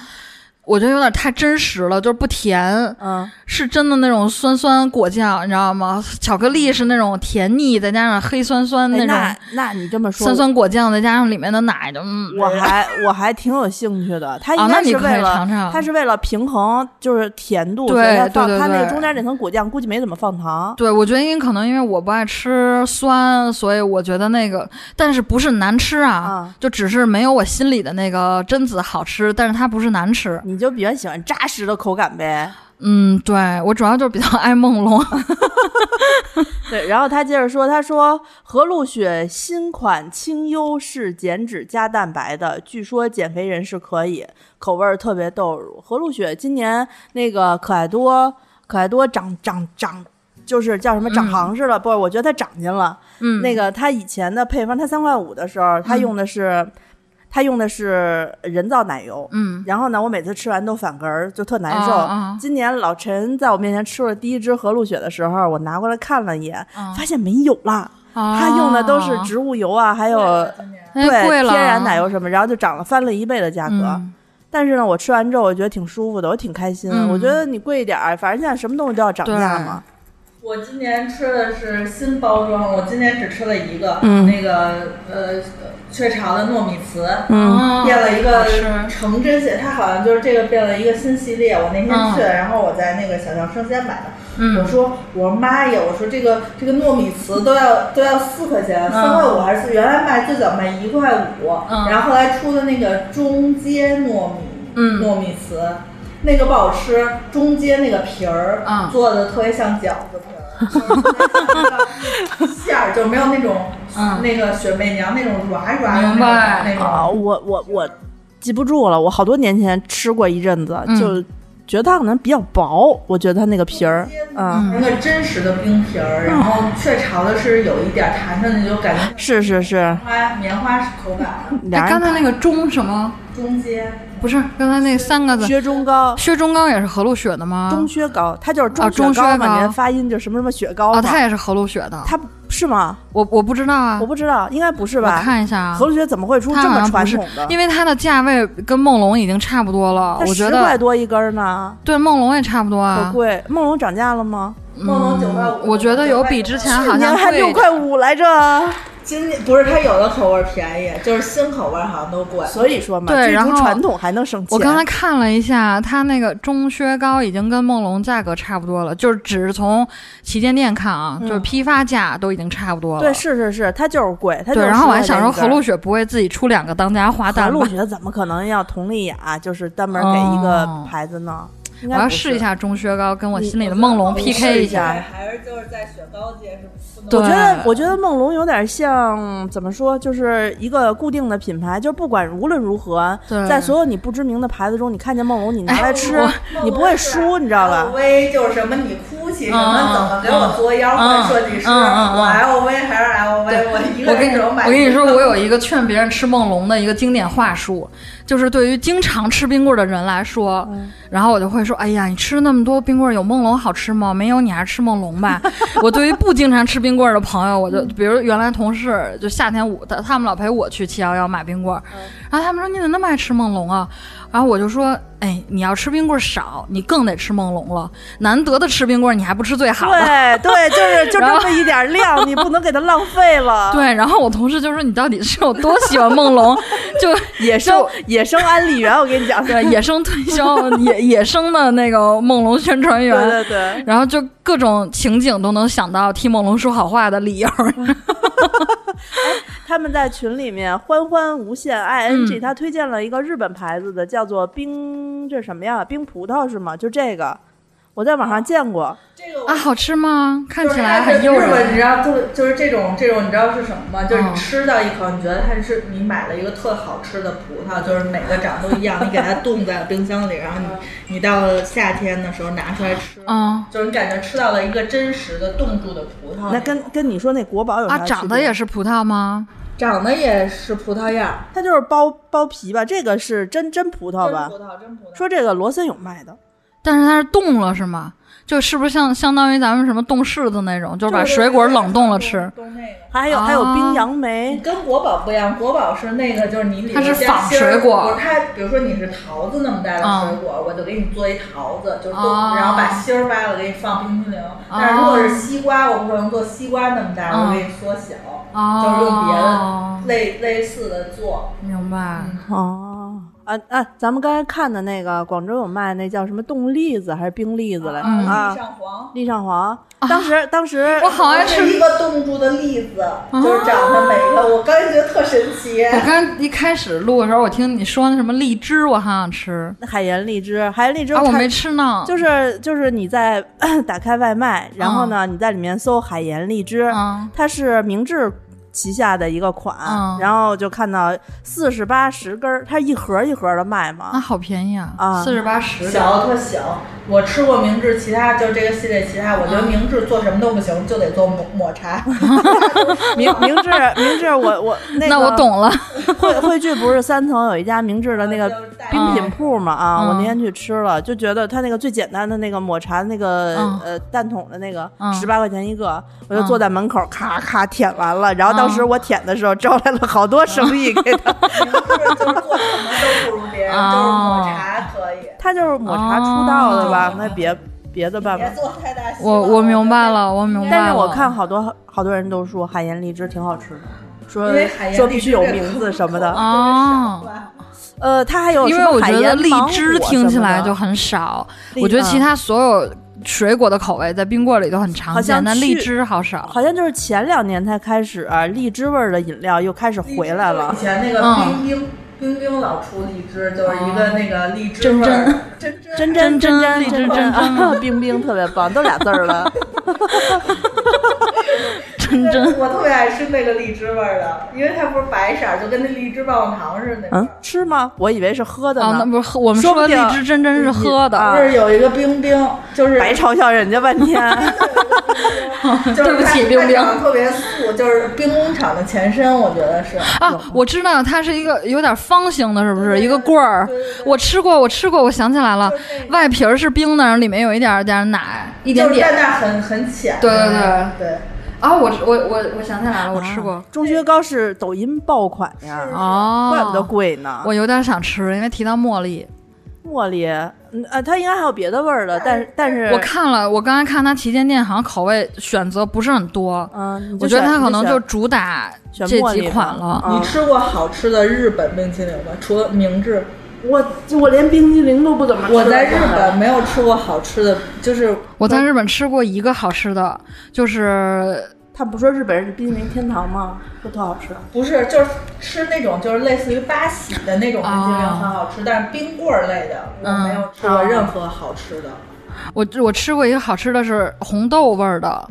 我觉得有点太真实了，就是不甜，嗯，是真的那种酸酸果酱，你知道吗？巧克力是那种甜腻，再加上黑酸酸哎那种那那你这么说，酸酸果酱，再加上里面的奶，就嗯，我还我还挺有兴趣的。它啊应，那该你是可为以了尝尝。它是为了平衡就是甜度，对所以它放对对它那个对中间那层果酱估计没怎么放糖。对，我觉得因为可能因为我不爱吃酸，所以我觉得那个，但是不是难吃啊？啊，就只是没有我心里的那个榛子好吃，但是它不是难吃。你就比较喜欢扎实的口感呗。嗯，对我主要就是比较 爱梦龙，对，然后他接着说，他说和路雪新款清幽是减脂加蛋白的，据说减肥人士可以，口味儿特别豆乳。和路雪今年那个可爱多，可爱多长长长，就是叫什么嗯长行市了，不是，我觉得它长进了。嗯，那个它以前的配方，它三块五的时候，它用的是、它用的是人造奶油。嗯，然后呢，我每次吃完都反嗝儿，就特难受。啊啊今年老陈在我面前吃了第一支和路雪的时候，我拿过来看了一眼，啊发现没有了。他他用的都是植物油啊，哎 还有今年对贵了，天然奶油什么，然后就涨了翻了一倍的价格。嗯但是呢，我吃完之后我觉得挺舒服的，我挺开心的。嗯我觉得你贵一点儿，反正现在什么东西都要涨价嘛。我今年吃的是新包装，我今年只吃了一个，嗯那个呃雀巢的糯米糍，嗯哦变了一个好吃成真系，它好像就是这个变了一个新系列。我那天去，嗯然后我在那个小小生鲜买的。我嗯，说我说妈呀，我说这个这个糯米糍都要都要四块钱，三块五还是四？原来卖最早卖一块五，嗯然后后来出的那个中街糯米、嗯糯米糍，那个不好吃，中街那个皮儿、嗯做的特别像饺子皮儿，就是那个馅儿 就没有那种、嗯那个雪媚娘那种软软的明白那种。啊，我我我记不住了，我好多年前吃过一阵子，嗯就觉得它可能比较薄，我觉得它那个皮儿，嗯，那个真实的冰皮儿，然后雀巢的是有一点儿弹上去就感觉是是是，棉花棉花是口感的，俩哎，刚人才那个钟什么？中间不是，刚才那三个字，薛中高。薛中高也是河路雪的吗？中薛高，它就是啊中中雪高嘛，薛高你的发音就什么什么雪高嘛。啊，他也是河路雪的，它是吗？我我不知道啊我，不知道，应该不是我吧？看一下啊何。同学怎么会出它这好么像传不是统的？，因为它的价位跟梦龙已经差不多了，它我觉十块得啊多一根儿呢，对梦龙也差不多可啊。贵。梦龙涨价了吗？梦龙九块五，嗯我觉得有比之前好去年像还贵六块五来着。今年不是它有的口味儿便宜，就是新口味儿好像都贵。所以说嘛，对追然逐后传统还能省钱。我刚才看了一下，它那个中薛高已经跟梦龙价格差不多了，就是只是从旗舰店看啊，就是批发价都已经差不多了。嗯对，是是是，它就是贵，它就对，是。然后我还想说，何路。雪不会自己出两个当家花何旦路吧？雪怎么可能要佟丽娅，就是单门给一个哦牌子呢？应我该不要是试一。下中薛高，跟我心里的梦龙你 PK 一下。还是就是在雪糕界是不能对我觉得，我觉得梦龙有点像怎么说，就是一个固定的品牌，就是不管无论如何，对哎在所有你不知名的牌子中，你看见梦龙，你拿来吃我，你不会输，你知道吧？微就是什么你哭 Gucci 什么，怎么给我作妖嗯换设计师，嗯嗯嗯我 LV 还是 LV，我一个 我跟人你只能买。我跟你说，我有一个劝别人吃梦龙的一个经典话术，就是对于经常吃冰棍儿的人来说，然后我就会说：“哎呀，你吃那么多冰棍儿，有梦龙好吃吗？没有，你还是吃梦龙吧。” 我对于不经常吃冰棍儿的朋友，我就比如原来同事，就夏天我他他们老陪我去七幺幺买冰棍儿，然后他们说：“你怎么那么爱吃梦龙啊？”然后我就说：“哎，你要吃冰棍儿少，你更得吃梦龙了。难得的吃冰棍儿，你还不吃最好的。”对对，就是就然后这么一点料，你不能给它浪费了。， 对，然后我同事就说：“你到底是有多喜欢梦龙？ 就野生野生安利员，我跟你讲，对野生推销野 野生的那个梦龙宣传员，对对对， 然后就各种情景都能想到替梦龙说好话的理由。他们在群里面欢欢无限嗯 ing，、他推荐了一个日本牌子的，叫做冰，这是什么呀？冰葡萄是吗？就这个，我在网上见过。这个我啊，好吃吗？看就是起来它是很诱日本，人。你知道，就是就是这种这种，你知道是什么吗？就是嗯你吃到一口，你觉得它是你买了一个特好吃的葡萄，就是每个长都一 样，你给它冻在冰箱里，然后你你到夏天的时候拿出来吃，嗯就是你感觉吃到了一个真实的冻住的葡萄。那跟跟你说那国宝有啥啊，区别？长得也是葡萄吗？长得也是葡萄样儿，它就是包包皮吧，这个是真真葡萄真吧葡？萄，真葡萄。说这个罗森有卖的，但是它是冻了是吗？就是不是像相当于咱们什么冻柿子那种，就是把水果冷冻了吃？冻那个。还有、啊还有冰杨梅，跟国宝不一样，国宝是那个就是你里头它是加仿芯儿水果嗯不是它，比如说你是桃子那么大的水果，我就给你做一桃子，就是冻哦然后把芯儿扒了给你放冰淇淋。但是如果是西瓜，我不可能做西瓜那么大，嗯我给你缩小，就是用别的哦，类类似的做。明白。嗯哦，啊啊，咱们刚才看的那个广州有卖那叫什么冻栗子还是冰栗子来着、嗯啊？上黄。栗上皇，当时、当时我好哦爱吃是一个冻住的栗子，就是长得每个，我刚才觉得特神奇。我刚一开始录的时候，我听你说那什么荔枝，我好想吃，海盐荔枝，海盐荔枝啊，我看没吃呢。就是就是你在 打开外卖，然后呢、你在里面搜海盐荔枝，嗯它是明治旗下的一个款，嗯然后就看到四十八十根儿，它一盒一盒的卖啊，嘛。好便宜啊，啊四十八十小特小，我吃过明治，其他就是这个系列其他，我觉得明治做什么都不行，就得做抹抹 茶。明明治明治我我那那个我懂了，汇汇聚不是三层有一家明治的那个嗯就是带冰品铺嘛啊，嗯我那天去吃了，就觉得它那个最简单的那个抹茶那个、嗯呃蛋筒的那个嗯十八、块钱一个，我就坐在门口咔咔舔完了，然后当嗯时我舔的时候招来了好多生 意给他，明治就是做什么都不如别人，就是抹茶可以，他就是抹茶出道的吧哦，那别别的办法别。做太大希望。我哦我明白，了，我明白了。但是我看好多好多人都说海盐荔枝挺好吃的，说因为海盐说荔必须枝有这个名字什么的。哦呃，它还有因什为么我海觉得盐荔芒枝果听什起么来的就很少，荔我觉得其嗯他所有水果的口味在冰棍里都很常好见，像但荔去枝好少。好像就是前两年才开始、啊，荔枝味儿的饮料又开始荔枝回来了 以。前那个嗯冰冰冰冰老出荔枝，就是一个那个荔哦枝真味儿真，真真真真真真真荔枝真真真啊， 冰冰特别棒，都俩字 儿了。真真，我特别爱吃那个荔枝味儿的，因为它不是白色儿，就跟那荔枝棒棒糖似的那嗯种。，吃吗？我以为是喝的哦，那呢。不是喝我们说说不的定荔枝真真是喝的，啊就是有一个冰冰，就是白嘲笑人家半天。 就是对不起它冰 冰它长得特别素，就是兵工厂的前身，我觉得是。啊，我知道它是一个有点方形的，是不是一个棍儿？我吃过，我吃过，我想起来了，外皮儿是冰的，然后里面有一点儿点儿奶，一点就是点在。那很很浅。哎对对对对，啊，我我我我想起啊来 了，我吃过。中学高是抖音爆款呀，哦，怪不得贵呢。我有点想吃，因为提到茉莉，茉莉，嗯呃，它应该还有别的味儿的，但是但是哎我看了，我刚才看它旗舰店好像口味选择不是很多，嗯，你就我觉得选它可能就你主打选这选茉几莉款吧了。嗯你吃过好吃的日本冰淇淋吗？除了明治，我我连冰淇淋都不怎么吃。我在日本没有吃过好吃的，就是我在日本吃过一个好吃的，就是他们不说日本人是冰淇淋天堂吗？说特好吃。不是就是吃那种就是类似于八喜的那种冰淇淋哦嗯很好吃，但是冰棍儿类的我没有吃过任哦何好吃的。我我吃过一个好吃的是红豆味儿的，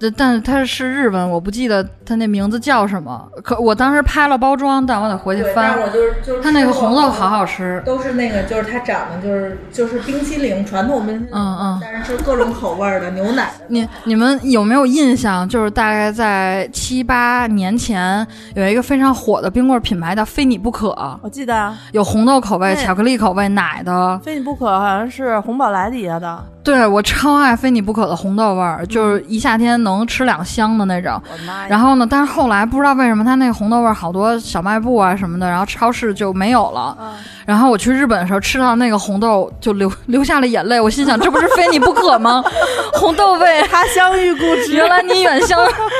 但但它是日文，我不记得它那名字叫什么。可我当时拍了包装，但我得回去对，但翻是。我就是就是它那个红豆好好。好吃，都是那个，就是它长得就是就是冰淇淋，传统冰淇淋，嗯嗯但是是各种口味儿的牛奶的，你你们有没有印象？就是大概在七八年前，有一个非常火的冰棍品牌叫“非你不可我记得啊”，有红豆口味、对巧克力口味、奶的。非你不可好像是红宝来底下的，对我超爱“非你不可”的红豆味儿，就是一夏天能吃两箱的那种。我的妈哎呀！然后呢，但是后来不知道为什么，它那个红豆味儿好多小卖部啊什么的，然后超市就没有了。嗯然后我去日本的时候吃到那个红豆，就流 流下了眼泪。我心想，这不是非你不可吗？红豆味。他乡遇故知，原来你远销，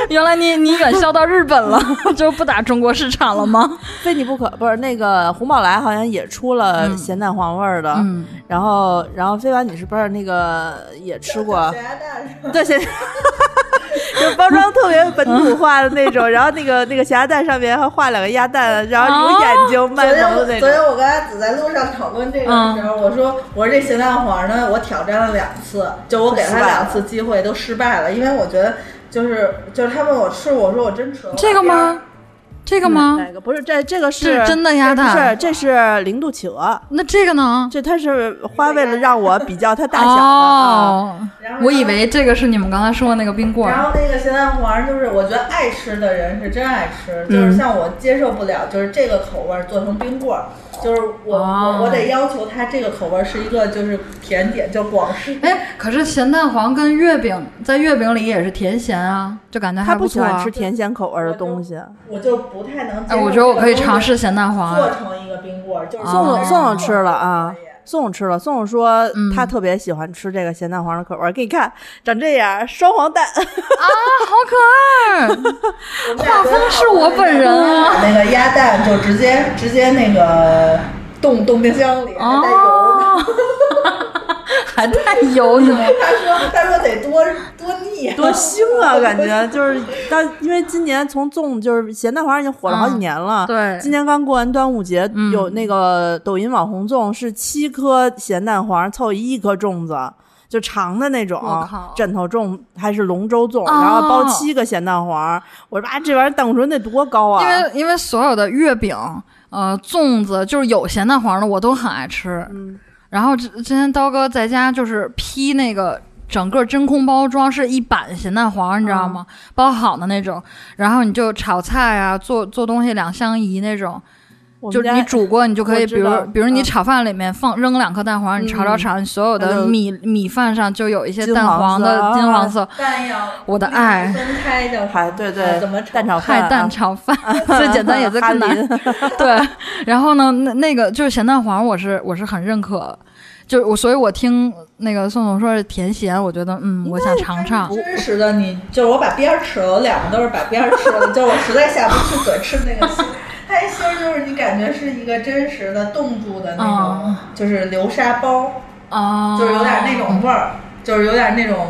原来你你远销到日本了， 就不打中国市场了吗？非你不可，不是那个红宝来好像也出了嗯咸蛋黄味儿的，嗯，然后然后飞完你是不是那个也吃过咸？鸭 蛋是吧？对， 咸。就包装特别本土嗯化的那种，然后那个那个咸鸭蛋上面还画两个鸭蛋，然后有眼睛昨卖天萌哦我的那昨天种。我跟阿紫在路上讨论这个的时候，嗯我说我说这咸蛋黄呢，我挑战了两次，就我给失他败了两次机会都失败了，因为我觉得就是就是他问我吃，我说我真吃不了这个吗？哎这个吗？哪个不是这这个这是真的鸭不是蛋？这是零度企鹅，那这个呢？这它是花为了让我比较它大小的啊。哦然后，呢我以为这个是你们刚才说的那个冰棍然儿。后那个咸蛋黄，就是我觉得爱吃的人是真爱吃，嗯就是像我接受不了，就是这个口味儿做成冰棍儿，就是我、哦我我得要求它这个口味儿是一个就是甜点，叫广 式。哎，可是咸蛋黄跟月饼在月饼里也是甜咸啊，就感觉他还不喜错欢啊哦吃。甜咸口味的东西。我就不太能接哎，受。我觉得我可以尝试咸蛋黄做啊。成一个冰棍儿，就是哦宋做总，成宋总吃了啊可以。宋总吃了，宋总说嗯他特别喜欢吃这个咸蛋黄的口味。给你看，长这样，双黄蛋，啊好可爱！画风是我本人啊把那个鸭蛋就直接直接那个冻冻冰箱里，还带哦，油呢。还带油呢。他说他说得多多腻， 多腥啊！感觉就是，但因为今年从粽就是咸蛋黄已经火了好几嗯年了。对今年刚过完端午节，嗯有那个抖音网红粽是七颗咸蛋黄凑一亿颗粽子。就长的那种我靠哦枕头粽还是龙舟粽，然后包七个咸蛋黄，我说啊，这玩意儿胆固醇得多高啊！因为因为所有的月饼、呃粽子，就是有咸蛋黄的，我都很爱吃。嗯然后之之前刀哥在家就是批那个整个真空包装是一板咸蛋黄，你知道吗？包好的那种。然后你就炒菜啊，做做东西两相宜那种，我们就是家你煮过，你就可以，比我知如道比如你嗯炒饭里面放扔两颗蛋黄，你炒炒炒，你所有那的就米米饭上就有一些金蛋黄黄色的金啊黄色。蛋要我的爱分开叫还对对，怎么炒蛋炒饭派啊、蛋炒饭最简单也最困难。对，然后呢，那那个就是咸蛋黄，我是我是很认可的，就是我，所以我听那个宋总说是甜咸，我觉得嗯，我想尝尝。真实的你，就是我把边儿吃了，我两个都是把边儿吃了，就是我实在下不去嘴吃那个心。它一心儿就是你感觉是一个真实的冻住的那种，嗯就是流沙包，啊，就是有点那种味儿，就是有点那种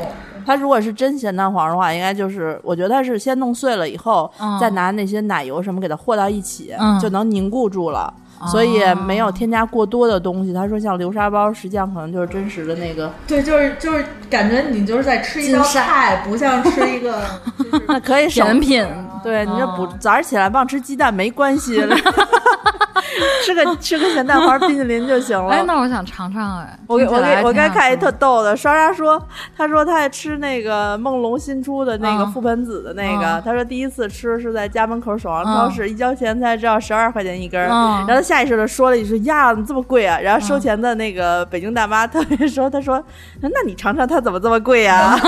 它如果是真咸蛋黄的话，应该就是我觉得它是先弄碎了以后，嗯再拿那些奶油什么给它和到一起，嗯就能凝固住了。哦所以没有添加过多的东西。他说像流沙包，实际上可能就是真实的 那个，对，就是就是感觉你就是在吃一道金沙菜，不像吃一 个就是那可以省甜。品。对你这哦不早上起来忘吃鸡蛋没关系， 吃个吃个咸蛋 黄冰淇淋就行了。哎，那我想尝尝哎，我给听我起来给我挺该好看一吃特逗的，刷刷说，他说他爱吃那个梦龙新出的那个嗯覆盆子的那个，嗯他说第一次吃是在家门口首航超市，一交钱才知道十二块钱一根儿，嗯然后他下意识的说了一句呀怎么这么贵啊，然后收钱的那个北京大妈特别说，他说那你尝尝它怎么这么贵 呀、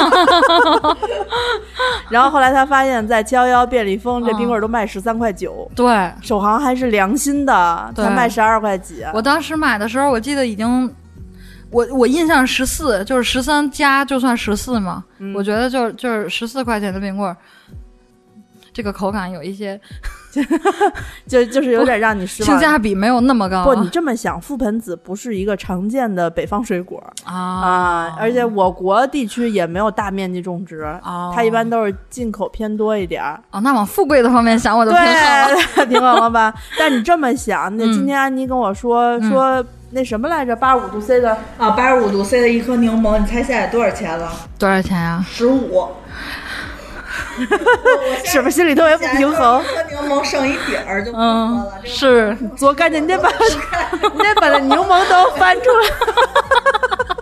然后后来他发现，在七幺幺便利蜂这嗯冰棍儿都卖十三块九。对。首航还是良心的，对才卖十二块几。啊我当时买的时候，我记得已经，我我印象十四，就是十三加就算十四嘛，嗯我觉得就是就是十四块钱的冰棍儿，这个口感有一些就就是有点让你失望。性价比没有那么高啊不，你这么想，覆盆子不是一个常见的北方水果啊啊，而且我国地区也没有大面积种植，啊它一般都是进口偏多一点儿。哦，那往富贵的方面想，我就平衡了。对， 平衡了吧？但你这么想，那嗯今天安妮跟我说、说那什么来着，八十五度 C 的，啊啊八十五度 C 的一颗柠檬，你猜现在多少钱了？多少钱呀、 十五。是不是心里特别不平 衡？喝柠檬剩一点儿就不喝嗯了，这个嗯是 做干净，你得把你得把那柠檬都翻出来。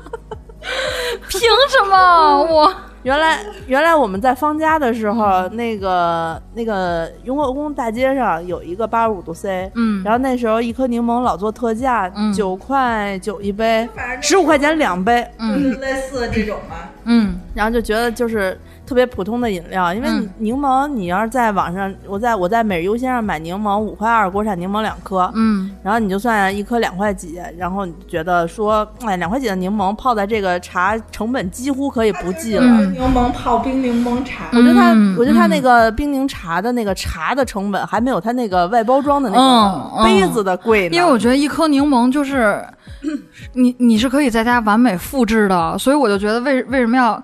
凭什么我？原来原来我们在方家的时候，那个那个雍和宫大街上有一个八十五度 C，嗯然后那时候一颗柠檬老做特价嗯，九、块九一杯反正，那十五块钱两杯，就是类似这种吧。嗯然后就觉得就是特别普通的饮料，因为嗯柠檬你要是在网上，我在我在每日优鲜上买柠檬五块二，国产柠檬两颗，嗯然后你就算一颗两块几，然后你觉得说，哎，两块几的柠檬泡在这个茶成本几乎可以不计了。嗯柠檬泡冰柠檬茶，我觉得它，嗯我觉得它嗯那个冰柠茶的那个茶的成本还没有它那个外包装的嗯那个嗯杯子的贵呢。因为我觉得一颗柠檬 就是你你是可以在家完美复制的，所以我就觉得为为什么要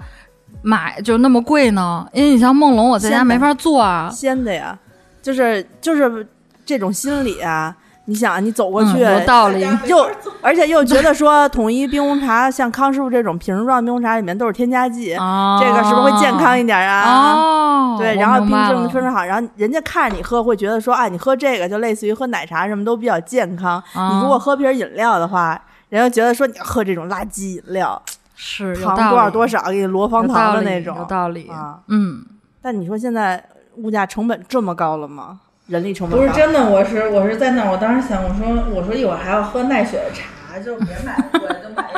买就那么贵呢？因为你像梦龙，我在家现在没法做啊。鲜的呀，就是就是这种心理啊。你想啊，你走过嗯，去，有道理。又而且又觉得说统一冰红茶，像康师傅这种瓶装冰红茶里面都是添加剂，哦，这个是不是会健康一点啊？哦，对，我然后明冰白镇了非常好，然后人家看着你喝会觉得说，啊，你喝这个就类似于喝奶茶什么都比较健康。哦你如果喝瓶饮料的话，人家觉得说你喝这种垃圾饮料，是有糖道多少理多少，给你罗芳有糖道的理那种有道理啊。嗯，但你说现在物价成本这么高了吗？人力成本不是高真的，我是我是在那儿，我当时想，我说我说一会儿还要喝奈雪茶，就别买贵，就买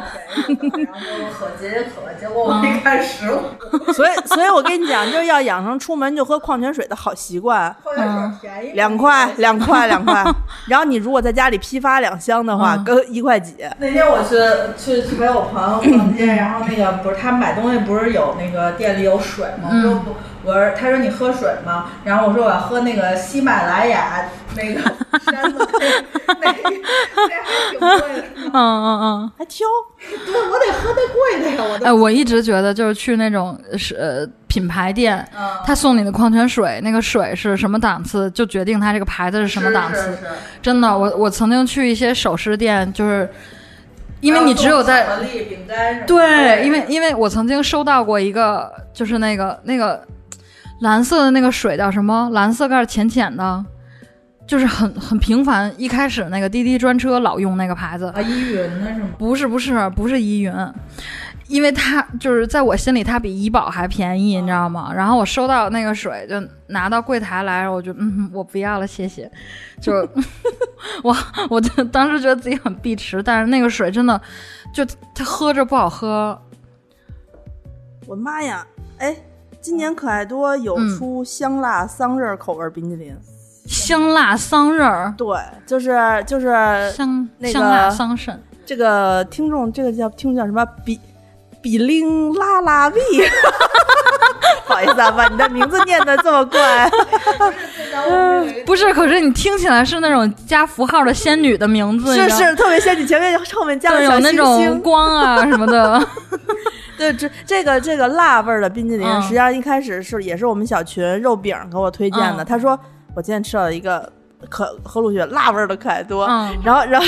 一便宜的，然后可解解渴。结果我一看十五， 所以，所以我跟你讲，就是要养成出门就喝矿泉水的好习惯。矿泉水便宜两块，两块，两块。然后你如果在家里批发两箱的话，嗯跟一块几。那天我去去去陪我朋友逛街，然后那个不是他买东西不是有那个店里有水吗？我说不，我说他说你喝水吗？然后我说我要喝那个喜马拉雅那个山的那那那还挺贵的，嗯嗯嗯。还挑，对我得喝那贵的呀，我哎，都我一直觉得就是去那种是呃品牌店，嗯他送你的矿泉水，那个水是什么档次，就决定它这个牌子是什么档次。是是是真的，我我曾经去一些首饰店，就是因为你只有在然后送巧克力饼干什么的对，因为因为我曾经收到过一个，就是那个那个蓝色的那个水叫什么？蓝色盖儿浅浅的，就是很很平凡。一开始那个滴滴专车老用那个牌子，啊依云那什么，不是不是不是依云，因为它就是在我心里它比怡宝还便啊宜，你知道吗？然后我收到那个水就拿到柜台来，我就嗯我不要了，谢谢。就 我我就当时觉得自己很碧池，但是那个水真的就它喝着不好喝，我妈呀！哎，今年可爱多有嗯出香辣桑葚口味冰淇淋。香辣桑葚儿，对，就是就是香、呃那个香辣桑葚，这个听众，这个叫听众叫什么？比比令拉拉比。 不好意思啊，把你的名字念得这么 怪。不是？可是你听起来是那种加符号的仙女的名字，你是知道吗，是，特别仙女，前面后面加就了有小那星种星。光啊什么 的。对，这这个这个辣味儿的冰淇淋，嗯实际上一开始是也是我们小群肉饼给我推荐的。嗯他说我今天吃了一个可和路雪辣味儿的可爱多，嗯然后然后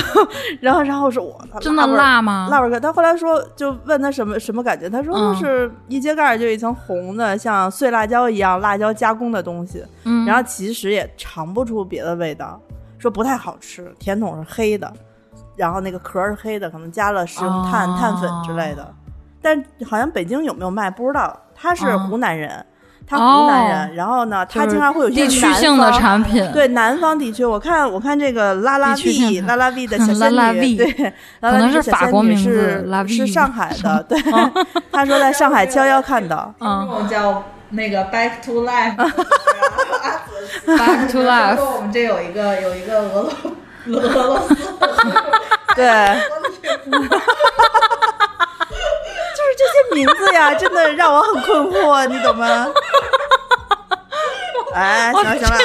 然后然后我说我操真的辣味儿。辣吗？辣味儿可，他后来说，就问他什么什么感觉，他说啊嗯就是一揭盖儿就一层红的，像碎辣椒一样辣椒加工的东西，嗯，然后其实也尝不出别的味道，说不太好吃，甜筒是黑的，然后那个壳儿是黑的，可能加了食用碳、哦碳粉之类的。但好像北京有没有卖不知道，他是湖南人，他湖南人，然后呢，嗯哦他就是经常会有一些地区南性的方产品， 对南方地区，我看我看这个拉拉地区性 V 拉拉 V 的小 仙拉女，拉 V 对， 拉可拉能 V 的是小法仙国女名字是拉嗯 V 是上海的， 对， 他说在上海悄悄看到，听嗯众叫那个 Back to Life，然后阿紫 Back to 说 life，我们这有一个有一个俄罗俄罗斯 对， 就是这些名字呀，真的让我很困惑，你懂 吗？哎，行了行了，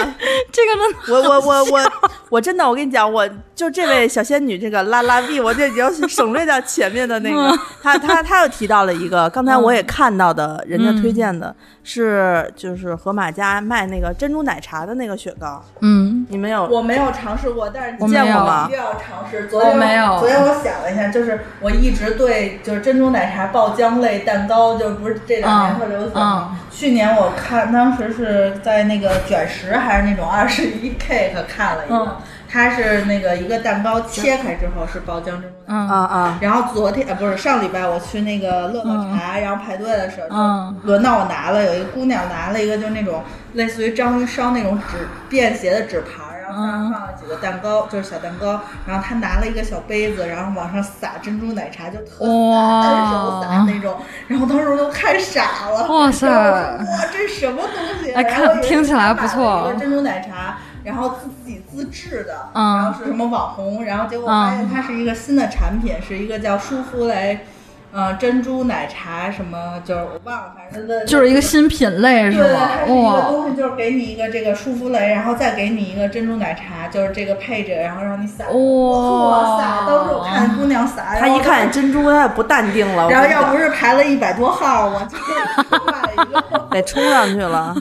这个真的 我我我我我真的，我跟你讲，我就这位小仙女这个拉拉 B，我就已 经省略掉前面的那嗯个。她她她又提到了一个，刚才我也看到的，人家嗯推荐的是就是河马家卖那个珍珠奶茶的那个雪糕，嗯，你们有？我没有尝试过，但是我你见没有过吗？一定要尝试。昨我天没有昨天我想了一下，就是我一直对就是珍珠奶茶、爆浆类蛋糕，就是不是这两年嗯特流行。嗯去年我看当时是在那个卷石还是那种二十一 cake 看了一个，嗯它是那个一个蛋糕切开之后是爆浆珍珠嗯奶茶。啊啊！然后昨天呃不是上礼拜我去那个乐乐茶，然后排队的时候，嗯轮到我拿了，有一姑娘拿了一个就是那种类似于章鱼烧那种纸便携的纸盘，然后上面放了几个蛋糕，就是小蛋糕，然后她拿了一个小杯子，然后往上撒珍珠奶茶，就特哇撒单手撒那种，然后当时我都看傻了，哇塞然后我说哇这什么东西？啊哎然看后我以为听起来她不错买了一个珍珠奶茶。然后自己自制的，嗯然后是什么网红，然后结果发现它是一个新的产品，是一个叫舒芙蕾，呃，珍珠奶茶什么，就是我忘了，反正的就是一个新品类对是对，吗它？是一个哇，东西，就是给你一个这个舒芙蕾，然后再给你一个珍珠奶茶，就是这个配着，然后让你撒。哇撒！当时我看姑娘撒，她一看珍珠，她也不淡定了，我然后，然后跟你讲要不是排了一百多号，我就买了 一个。得冲上去了。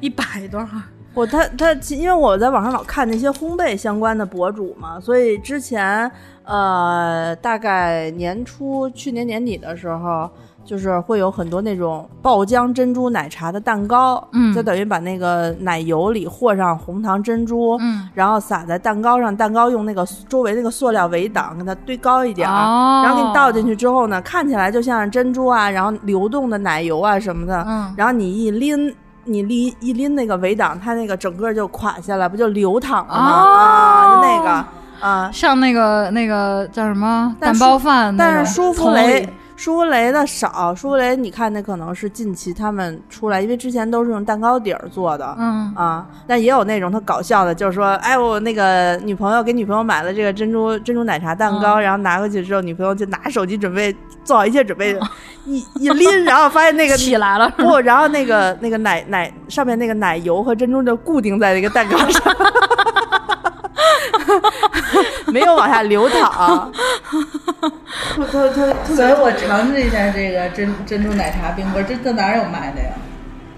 一百多少？我他他，其因为我在网上老看那些烘焙相关的博主嘛，所以之前呃，大概年初去年年底的时候，就是会有很多那种爆浆珍珠奶茶的蛋糕，嗯就等于把那个奶油里和上红糖珍珠，嗯，然后撒在蛋糕上，蛋糕用那个周围那个塑料围挡给它堆高一点儿，啊哦然后给你倒进去之后呢，看起来就像是珍珠啊，然后流动的奶油啊什么的，嗯然后你一拎，你拎一拎那个围挡，它那个整个就垮下来，不就流淌了吗？哦啊，就那个啊。像那个那个叫什么但蛋是包饭那种，但是舒芙同蕾理，舒芙蕾的少，舒芙蕾你看那可能是近期他们出来，因为之前都是用蛋糕底儿做的。嗯啊，但也有那种特搞笑的，就是说，哎，我那个女朋友给女朋友买了这个珍珠珍珠奶茶蛋嗯糕，然后拿过去之后，女朋友就拿手机准备做好一切准备，嗯一 一拎，然后发现 那个起来 了，不，然后那个那个奶奶上面那个奶油和珍珠就固定在那个蛋糕上，没有往下流淌。特特特所以我尝试一下这个珍珍珠奶茶冰棍，这这哪儿有卖的呀？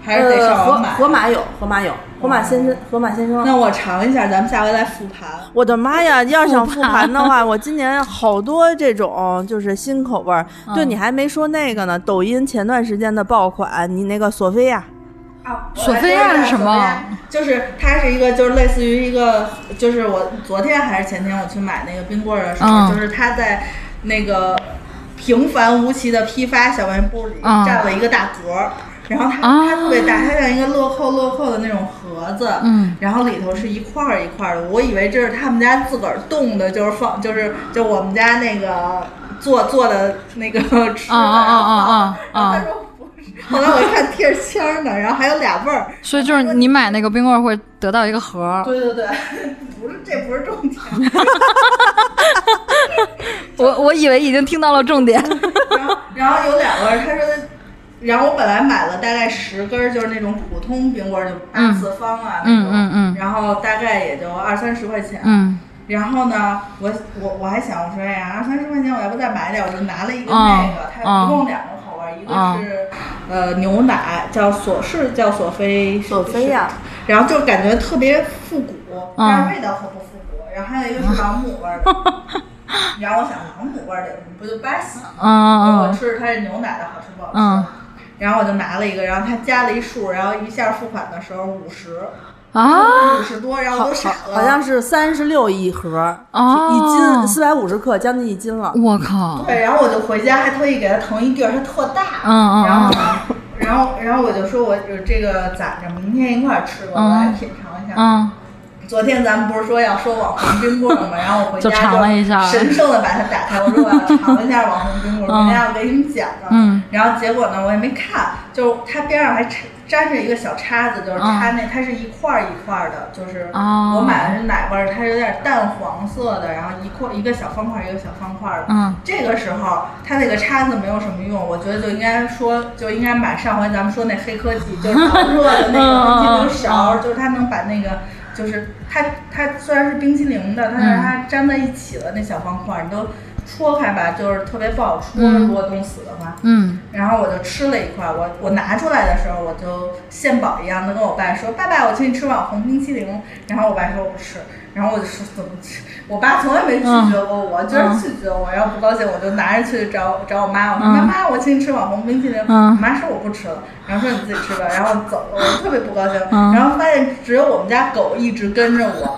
还是得呃上网买。哦河马有，河马有，河马先生，河马先生。那我尝一下，咱们下回再复盘。我的妈呀！要想复盘的话，我今年好多这种就是新口味儿。嗯对你还没说那个呢，抖音前段时间的爆款，你那个索菲亚，啊，索菲亚是什么我来说一下索菲亚就是它是一个，就是类似于一个，就是我昨天还是前天我去买那个冰棍儿的时候，嗯就是它在那个平凡无奇的批发小卖部里嗯占了一个大格儿。然后它啊它特别大，它像一个乐扣乐扣的那种盒子，嗯，然后里头是一块儿一块儿的，我以为这是他们家自个儿冻的，就是放，就是就我们家那个做做的那个 吃的，啊啊啊啊啊然后他说不是，后来我一看贴着签儿呢，然后还有俩味儿，所以就是你买那个冰棍儿会得到一个盒儿。对对对，不是这不是重点，我我以为已经听到了重 点，然后然后有两个人，他说他，然后我本来买了大概十根儿，就是那种普通冰棍儿，就八次方啊那种，嗯嗯嗯嗯然后大概也就二三十块钱，嗯然后呢，我我我还想我说哎呀，二三十块钱我要不再买点儿，我就拿了一个嗯那个，它嗯一共两个口味儿，一嗯个是呃牛奶，叫索是叫索菲索菲亚，然后就感觉特别复古，嗯但是味道可不复古。然后还有一个是朗姆 味儿的，然后我想朗姆味儿的不就巴西吗？嗯嗯我嗯吃着它这牛奶的好吃不好吃？嗯然后我就拿了一个，然后它加了一数，然后一下付款的时候五十，啊，五十多，然后我好都傻好了，好像是三十六一盒，哦一斤四百五十克，将近一斤了。我靠，对，然后我就回家还特意给它腾一地儿，它特大。哦嗯嗯然后呢， 然后然后我就说我这个攒着，明天一块儿吃吧，我来嗯品尝一下。嗯，昨天咱们不是说要说网红冰棍儿吗？然后我回家就尝了一下神圣的把它打开，我说我要尝一下网红冰棍儿，嗯明天要给你们讲的。嗯然后结果呢，我也没看，就是它边上还插粘着一个小叉子，就是它那、它是一块儿一块儿的，就是嗯哦我买的是奶味儿，它是有点淡黄色的，然后一块一个小方块儿一个小方块儿的。嗯这个时候它那个叉子没有什么用，我觉得就应该说就应该买上回咱们说那黑科技，就是导热的那嗯嗯嗯个冰激凌勺，就是它能把那个。就是它它虽然是冰淇淋嗯的，但是它粘在一起的那小方块，你都戳开吧，就是特别不好戳。嗯如果冻死的话，嗯然后我就吃了一块，我我拿出来的时候，我就献宝一样的跟我爸说：“爸爸，我请你吃网红冰淇淋。”然后我爸说：“我不吃。”然后我就说：“怎么吃？”我爸从来没拒嗯绝过我，就是拒绝我。要不高兴，我就拿着去找找我妈，我说：“嗯妈妈，我请你吃网红冰淇淋。”嗯我妈说：“我不吃了。”然后说：“你自己吃吧。”然后走了，我特别不高兴。嗯然后发现只有我们家狗一直跟 着我。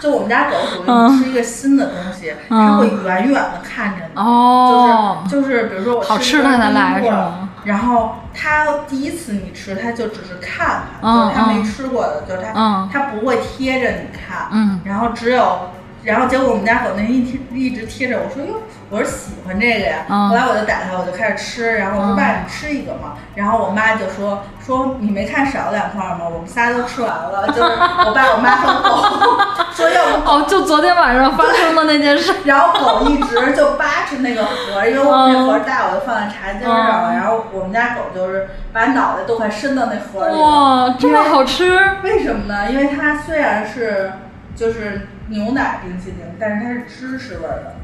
就我们家狗属于嗯吃一个新的东西，它嗯会远远的看着你，哦，就是就是，比如说我好吃吃一根它才来冰是棍儿吗？然后它第一次你吃，它就只是看看，嗯就是它没嗯吃过的，就是它、嗯它不会贴着你看，嗯然后只有，然后结果我们家狗那天一贴一直贴着我说哟，我说喜欢这个呀，嗯后来我就打开我就开始吃，然后我说嗯爸你吃一个嘛，然后我妈就说说你没看少两块吗？我们仨都吃完了， 就是我爸我妈和狗 说要不哦，就昨天晚上发生的那件 事。然后狗一直就扒着那个盒，因为我那盒大，我就放在茶几上了。嗯然后我们家狗就是把脑袋都快伸到那盒里了。哇，这么好吃！为什么呢？因为它虽然是就是牛奶冰淇淋，但是它是芝士味儿的，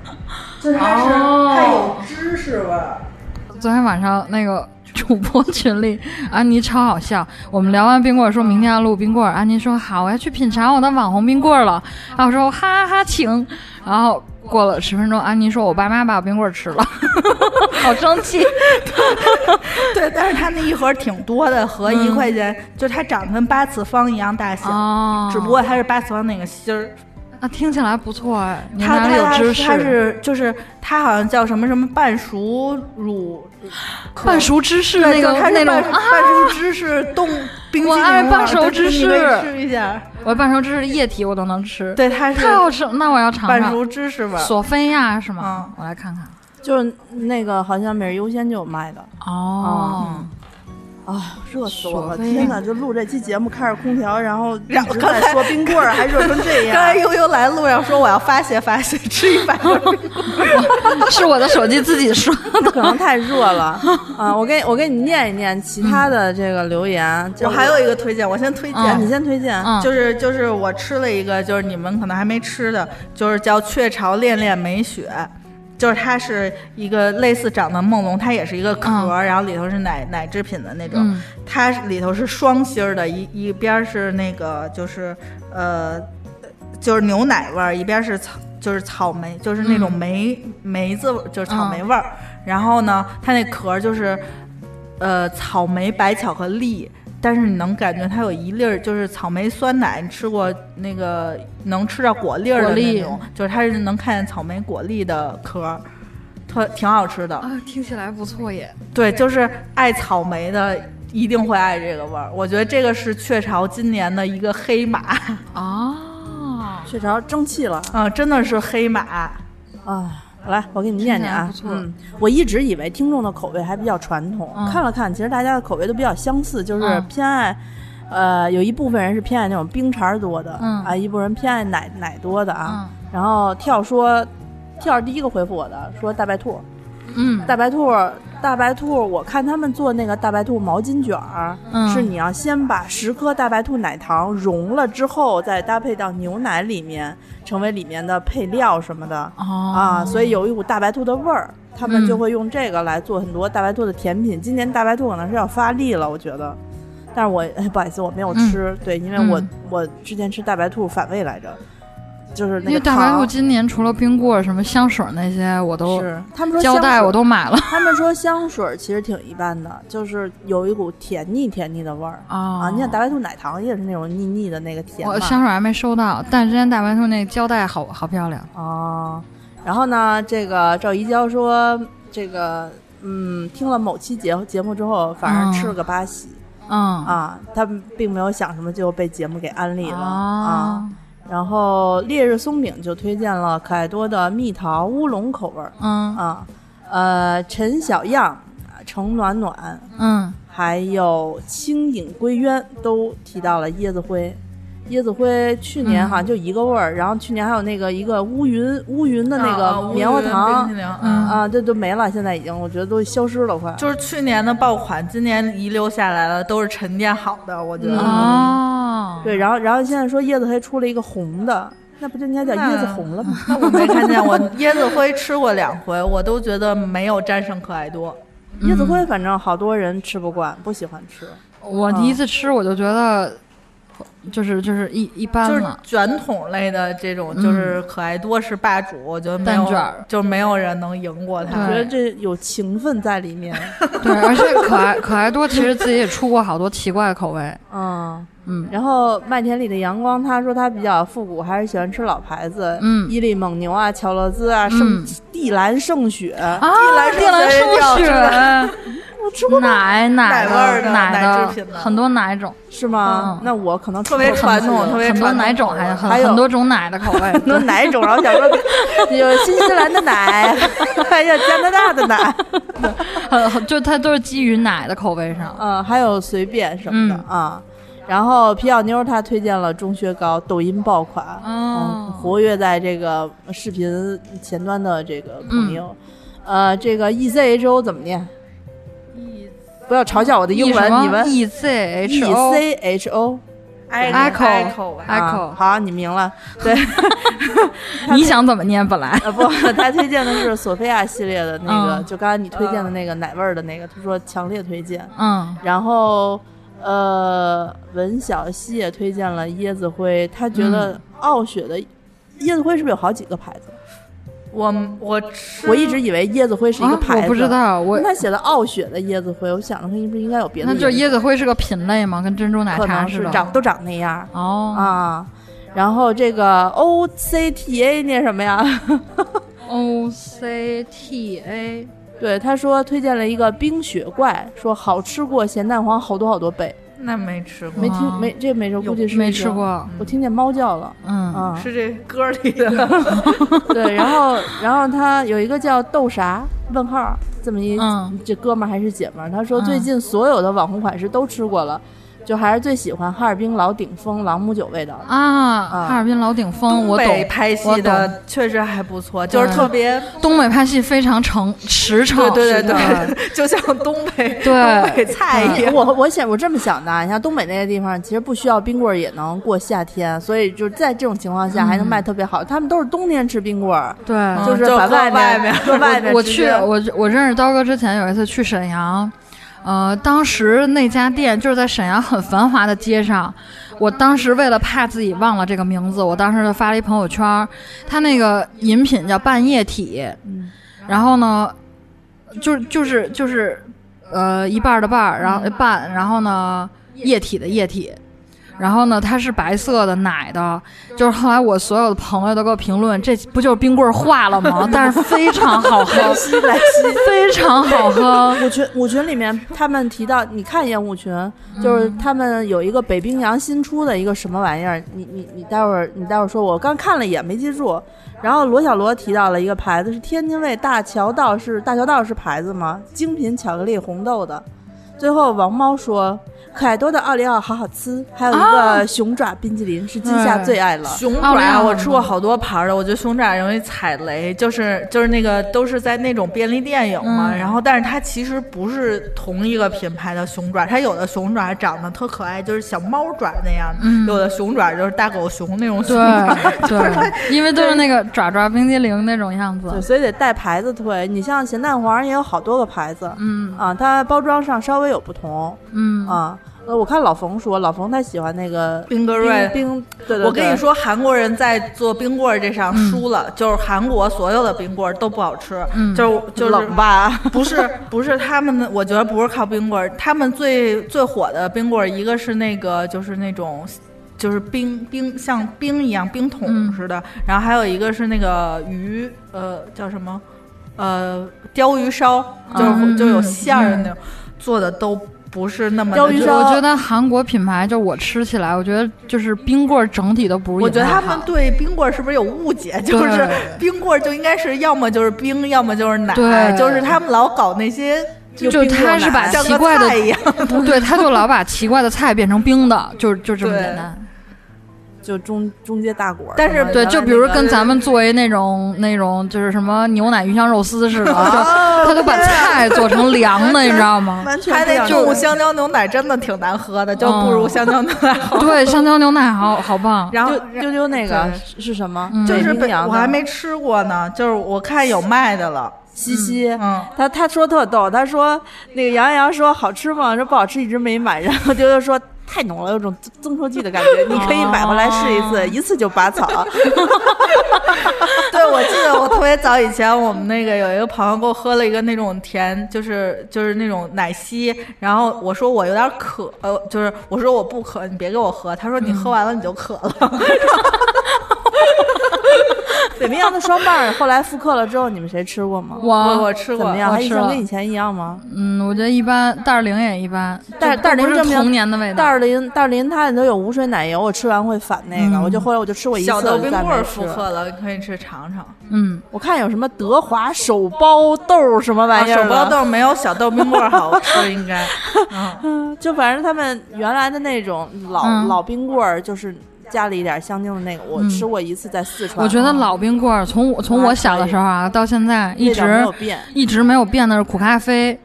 就是它是、哦它有芝士味儿。昨天晚上那个主播群里，安妮超好笑。我们聊完冰棍儿，说明天要录冰棍儿。安妮说好，我要去品尝我的网红冰棍儿了。然后我说哈哈哈，请。然后过了十分钟，安妮说我爸妈把我冰棍儿 吃了，好生气。 对，但是它那一盒挺多的，合一块钱，就它长得跟八次方一样大小，嗯哦，只不过它是八次方那个芯儿。啊，听起来不错哎，你它哪里有它知它它识？是就是它好像叫什么什么半熟乳，半熟芝士对那个就是它那是种半啊，半熟芝士冻冰淇淋我嘛，爱半熟对芝你可以士试一下。我半熟芝士液体我都能吃，对，它是太好吃了，那我要尝半尝。熟芝士味儿。索菲亚是吗嗯？我来看看。就是那个好像每日优先就有卖的。哦，啊，热死我索了！菲天哪，就录这期节目，开着空调，然后一然后直刚在才说冰棍儿，还热成这 刚才样。悠悠来路上说我要发泄发 泄，吃一百个冰棍儿哦是我的手机自己说。它可能太热了 啊！我给我给你念一念其他的这个留言。就啊我还有一个推荐，我先推荐、你先推荐，嗯就是就是我吃了一个，就是你们可能还没吃的，就是叫雀巢恋恋美雪，就是它是一个类似长得梦龙，它也是一个壳，嗯然后里头是奶奶制品的那种，嗯它里头是双芯儿的，一一边儿是那个就是呃就是牛奶味儿，一边是草就是草莓，就是那种嗯梅、梅子味儿，就是草莓味儿。然后呢，它那壳儿就是呃草莓白巧克力，但是你能感觉它有一粒儿就是草莓酸奶，你吃过那个能吃到果粒儿的果粒那种，就是它是能看见草莓果粒的壳儿。特挺好吃的，啊，听起来不错耶。对，就是爱草莓的一定会爱这个味儿。我觉得这个是雀巢今年的一个黑 马，哦，雀巢争气了啊嗯，真的是黑马。啊！来，我给你念念啊听，起来不错嗯，我一直以为听众的口味还比较传统，嗯看了看，其实大家的口味都比较相似，就是嗯偏爱，呃，有一部分人是偏爱那种冰碴儿多的，嗯啊，一部分人偏爱奶奶多的啊，嗯然后跳说，跳第一个回复我的说大白兔，嗯，大白兔，大白兔，我看他们做那个大白兔毛巾卷儿，嗯是你要先把十颗大白兔奶糖融了之后，再搭配到牛奶里面，成为里面的配料什么的、哦啊，所以有一股大白兔的味儿。他们嗯就会用这个来做很多大白兔的甜品。今年大白兔可能是要发力了，我觉得。但是我、哎不好意思，我没有吃，对，因为我、嗯我之前吃大白兔反胃来着，就是那因为个大白兔糖今年除了冰棍儿、什么香水儿那些，我都是哦他们说胶香带水我都买了。他们说香水儿其实挺一般的，就是有一股甜腻甜腻的味儿、啊。啊你想大白兔奶糖也是那种腻腻的那个甜我嘛香水儿还没收到，但是之前大白兔那胶带好好漂亮。啊。然后呢，这个赵一娇说，这个嗯，听了某期节节目之后，反而嗯吃了个八喜、嗯啊，他并没有想什么就被节目给安利了啊啊。然后烈日松饼就推荐了可爱多的蜜桃乌龙口味儿嗯啊，呃，陈小样、啊程暖暖。嗯还有清影归渊都提到了椰子灰。椰子灰去年好像就一个味儿，然后去年还有那个一个乌云乌云的那啊个棉花乌云冰糖淇淋，嗯嗯，啊，这都没了，现在已经我觉得都消失了快。就是去年的爆款，今年遗留下来了，都是沉淀好的，我觉得。嗯啊。哦，对，然后然后现在说椰子黑出了一个红的，那不就应该叫椰子红了吗？ 那我没看见，我椰子灰吃过两回，我都觉得没有战胜可爱多。椰子灰反正好多人吃不惯，不喜欢吃。我嗯第一次吃我就觉得，就是就是一一般就是了。卷筒类的这种，就是可爱多是霸主，我觉得没蛋有卷儿，就没有人能赢过它我觉。得对这有情分在里面。对，而且可爱可爱多其实自己也出过好多奇怪的口味。嗯嗯然后麦田里的阳光，他说他比较复古，还是喜欢吃老牌子，嗯伊利蒙牛啊、乔乐兹啊、圣嗯地兰圣雪，啊，兰地兰圣圣水雪，啊 我吃过吗？奶奶味儿的的奶奶制品的很多奶种，是嗯？吗那我可能特别吃过传统，特别很多传统奶种，还很还有很多种奶的口 味。很多奶种，然后想说 有新西兰 的奶，还有加拿大的奶，很很呃就它都是基于奶的口味上。嗯，还有随便什么的嗯啊。然后皮小妞她推荐了钟薛高，抖音爆款，哦嗯，活跃在这个视频前端的这个嗯朋友，呃，这个 E Z H O 怎么念？E 不要嘲笑我的英什文，么你们 E Z H O E C H O Echo Echo 吧 Echo，啊好，你明了， 对，你想怎么念？本 来啊不，他推荐的是索菲亚系列的那个，嗯就刚才你推荐的那个奶味儿的那个，他说强烈推荐。嗯然后，呃，文小溪也推荐了椰子灰，他觉嗯得傲雪的椰子灰是不是有好几个牌子？我我吃，我一直以为椰子灰是一个啊，牌子，我不知。道我。他写的傲雪的椰子灰，我想着它应不应该有别的那椰子就灰，椰子灰是个品类吗？跟珍珠奶嗯可茶能似是的。长都长那样哦啊。然后这个 O C T A 念什么呀？ ，O C T A，对，他说推荐了一个冰雪怪，说好吃过咸蛋黄好多好多倍，那没吃过，没听哦没这没着，估计是没已吃经，过。我听见猫叫了。嗯，啊，是这歌里的。对，然后然后他有一个叫豆啥问号这么一、嗯这哥们儿还是姐们儿，他说嗯最近所有的网红款式都吃过了，就还是最喜欢哈尔滨老鼎丰朗姆酒味道的。啊，哈尔滨老鼎丰，东我北懂。拍我懂。戏的确实还不错，就是嗯特别东北拍戏非常诚实诚，对对对实 诚对，嗯就像东北对东北菜一样。哎我我想我这么想的啊，你像东北那些地方，其实不需要冰棍儿也能过夏天，所以就在这种情况下还能卖特别好。他们都是冬天吃冰棍儿，对。嗯就是就把搁外外面面搁外面我直去， 接我我认识刀哥之前有一次去沈阳，呃，当时那家店就是在沈阳很繁华的街上。我当时为了怕自己忘了这个名字，我当时就发了一朋友圈儿，他那个饮品叫半夜体，嗯然后呢，就就是就是呃一半儿的半儿，然嗯后半，然后呢液体的液体。然后呢，它是白色的奶的，就是后来我所有的朋友都给我评论，这不就是冰棍儿化了吗？但是非常好喝，非常好 喝。舞群舞群里面，他们提到你看一眼舞群，就是他们有一个北冰洋新出的一个什么玩意儿，你你你待会儿你待会儿说，我刚看了一眼没记住。然后罗小罗提到了一个牌子是天津卫大桥道，是大桥道是牌子吗？精品巧克力红豆的。最后王猫说，可爱多的奥利奥好好吃，还有一个熊爪冰激凌是今夏最爱了。熊奥利爪奥我吃过好多盘儿的，我觉得熊爪容易踩雷，就是就是那个都是在那种便利店有嘛，嗯然后但是它其实不是同一个品牌的熊爪，它有的熊爪长得特可爱，就是小猫爪那样的，嗯有的熊爪就是大狗熊那种熊对爪， 对，因为都是那个爪爪冰激凌那种样对，子。所以得带牌子推。你像咸蛋黄也有好多个牌子，嗯啊，它包装上稍微有不同，嗯啊，呃，我看老冯说，老冯他喜欢那个冰格瑞冰，对对，我跟对嗯你，说，韩国人在做冰棍儿这上输了，就是韩国所有的冰棍儿都不好吃，嗯就是就是冷吧， 不是不是他们的，我觉得不是靠冰棍儿，他们最最火的冰棍儿，一个是那个就是那种。就是冰冰像冰一样冰桶嗯似的，然后还有一个是那个鱼，呃，叫什么，呃，鲷鱼烧，就是、嗯就有馅儿的那种，做的都不是那么的鲷鱼就烧我觉得韩国品牌，就我吃起来，我觉得就是冰棍儿整体都不是饮料好。我觉得他们对冰棍儿是不是有误解？就是 冰棍儿就应该是要么就是冰，要么就是奶，对就是他们老搞那些就冰他又是把奶像奇个怪的菜一样。对，他就老把奇怪的菜变成冰的，就就这么对简单。就中中街大果儿什么的。但是对，原来就比如那个跟咱们作为那种那种就是什么牛奶鱼香肉丝似的，哦就他都啊把菜做成凉的，你知道吗？完全还不一得样中午的香蕉牛奶真的挺难喝的，就不如嗯香蕉牛奶 好。对，香蕉牛奶好好棒。然后丢丢丢那个对是是什么？嗯就是北北冰洋的我还没吃过呢，就是我看有卖的了，西西，嗯，他他说特逗，他说那个杨洋说好吃吗？说不好吃，一直没买。然后丢丢说太浓了，有种增增稠剂的感觉，你可以买回来试一次，一次就拔草。 对，我记得我特别早以前，我们那个有一个朋友给我喝了一个那种甜，就是就是那种奶昔，然后我说我有点渴，呃，就是我说我不渴，你别给我喝。他说你喝完了你就渴 了。北冰洋的双棒后来复刻了之后，你们谁吃过吗？我我我吃怎过么，样？我还印吃象了跟以前一样吗？嗯，我觉得一般，袋儿零也一般，袋就袋儿不零是证明童年的味道。袋儿林袋儿林它里头有无水奶油，我吃完会反那个，嗯我就后来我就吃过一次，小豆冰棍我儿就再复没吃刻了，你可以去尝尝。嗯，我看有什么德华手包豆什么啊玩意手儿的、包豆没有小豆冰棍儿好吃，应 该。嗯，就反正他们原来的那种老、嗯老冰棍儿，就是加了一点香精的那个，我嗯吃过一次在四川，啊我觉得老冰棍儿，从我从我小的时候啊到现在，一味道没直有变，一直没有变的是苦咖啡。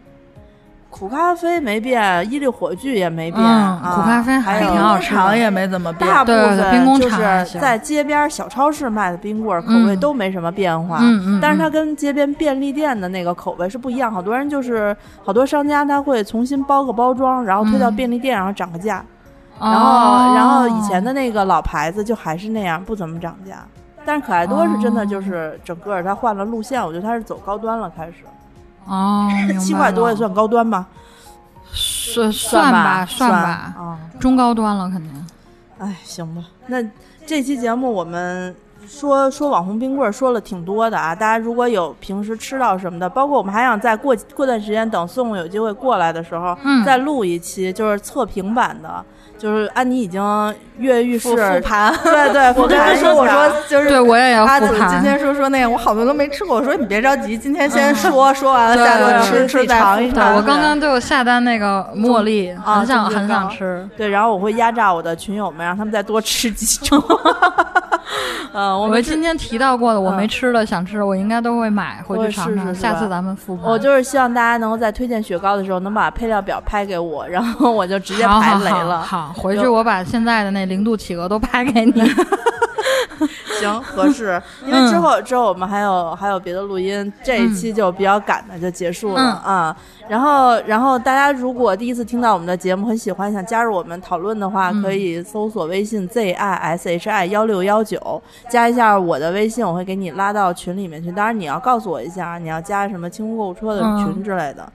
苦咖啡没变，伊利火炬也没变，嗯啊苦咖啡还还有挺好吃的尝也没怎么变。大部对冰分工就厂还是行在街边小超市卖的冰棍儿口味嗯都没什么变化，嗯嗯但是它跟街边便利店的那个口味是不一样。好多人就是好多商家他会重新包个包装，然后推到嗯便利店，然后涨个价。然后，哦然后以前的那个老牌子就还是那样，不怎么涨价。但是可爱多是真哦的，就是整个它换了路线，我觉得它是走高端了，开始哦，明白七块多也算高端吧，算算算吧算吧，啊、中高端了肯定。哎，行吧，那这期节目我们说说网红冰棍儿说了挺多的啊，大家如果有平时吃到什么的，包括我们还想再过过段时间，等宋宋有机会过来的时候，嗯再录一期，就是测评版的，就是安妮已经跃跃欲复试，复盘，对对，我跟他说，我说就是对，我也要阿复紫今盘。天说说那个，我好多都没吃过。我说你别着急，今天先说，说完了对下顿嗯对吃自己吃再尝一复对，盘我刚刚对我下单那个茉莉，啊很想中间很想刚吃。对，然后我会压榨我的群友们，让他们再多吃几 种。嗯，我我们们今今天提到过的，我嗯没吃的想吃的，我应该都会买回会去尝试尝。试下是次吧咱们复盘。我就是希望大家能够在推荐雪糕的时候能把配料表拍给我，然后我就直接排雷好了。好好，好回去我把现在的那零度企鹅都拍给 你。行，合适。因为之后、之后我们还有还有别的录音，这一期就比较赶的就结束了嗯啊、然后然后大家如果第一次听到我们的节目，很喜欢想加入我们讨论的话，可以搜索微信 z i s h i 幺六幺九，加一下我的微信，我会给你拉到群里面去。当然你要告诉我一下啊，你要加什么清空购物车的群之类的。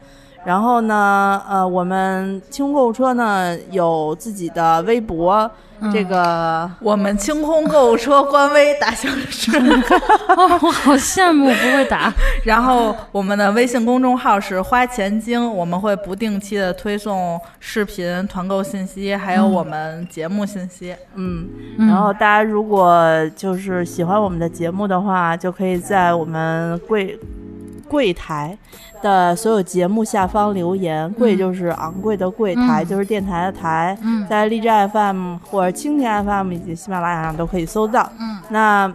然后呢，呃，我们清空购物车呢有自己的微博，这个我们清空购物车官微大小是，哦，我好羡慕，不会打。然后我们的微信公众号是花钱精，我们会不定期的推送视频团购信息，还有我们节目信息。嗯，然后大家如果就是喜欢我们的节目的话，就可以在我们柜柜台的所有节目下方留言。柜就是昂贵的柜台，嗯就是电台的台，嗯在荔枝 FM 或者蜻蜓 FM 以及喜马拉雅上都可以搜到。嗯，那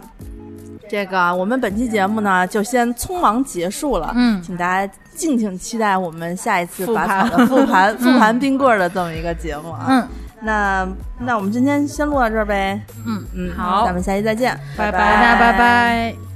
这个我们本期节目呢，就先匆忙结束了。嗯请大家敬请期待我们下一次复拔盘草的 复盘、复盘冰棍儿的这么一个节目啊。嗯那那我们今天先录到这儿呗。嗯，嗯，好咱们下期再见，拜拜拜大家拜拜。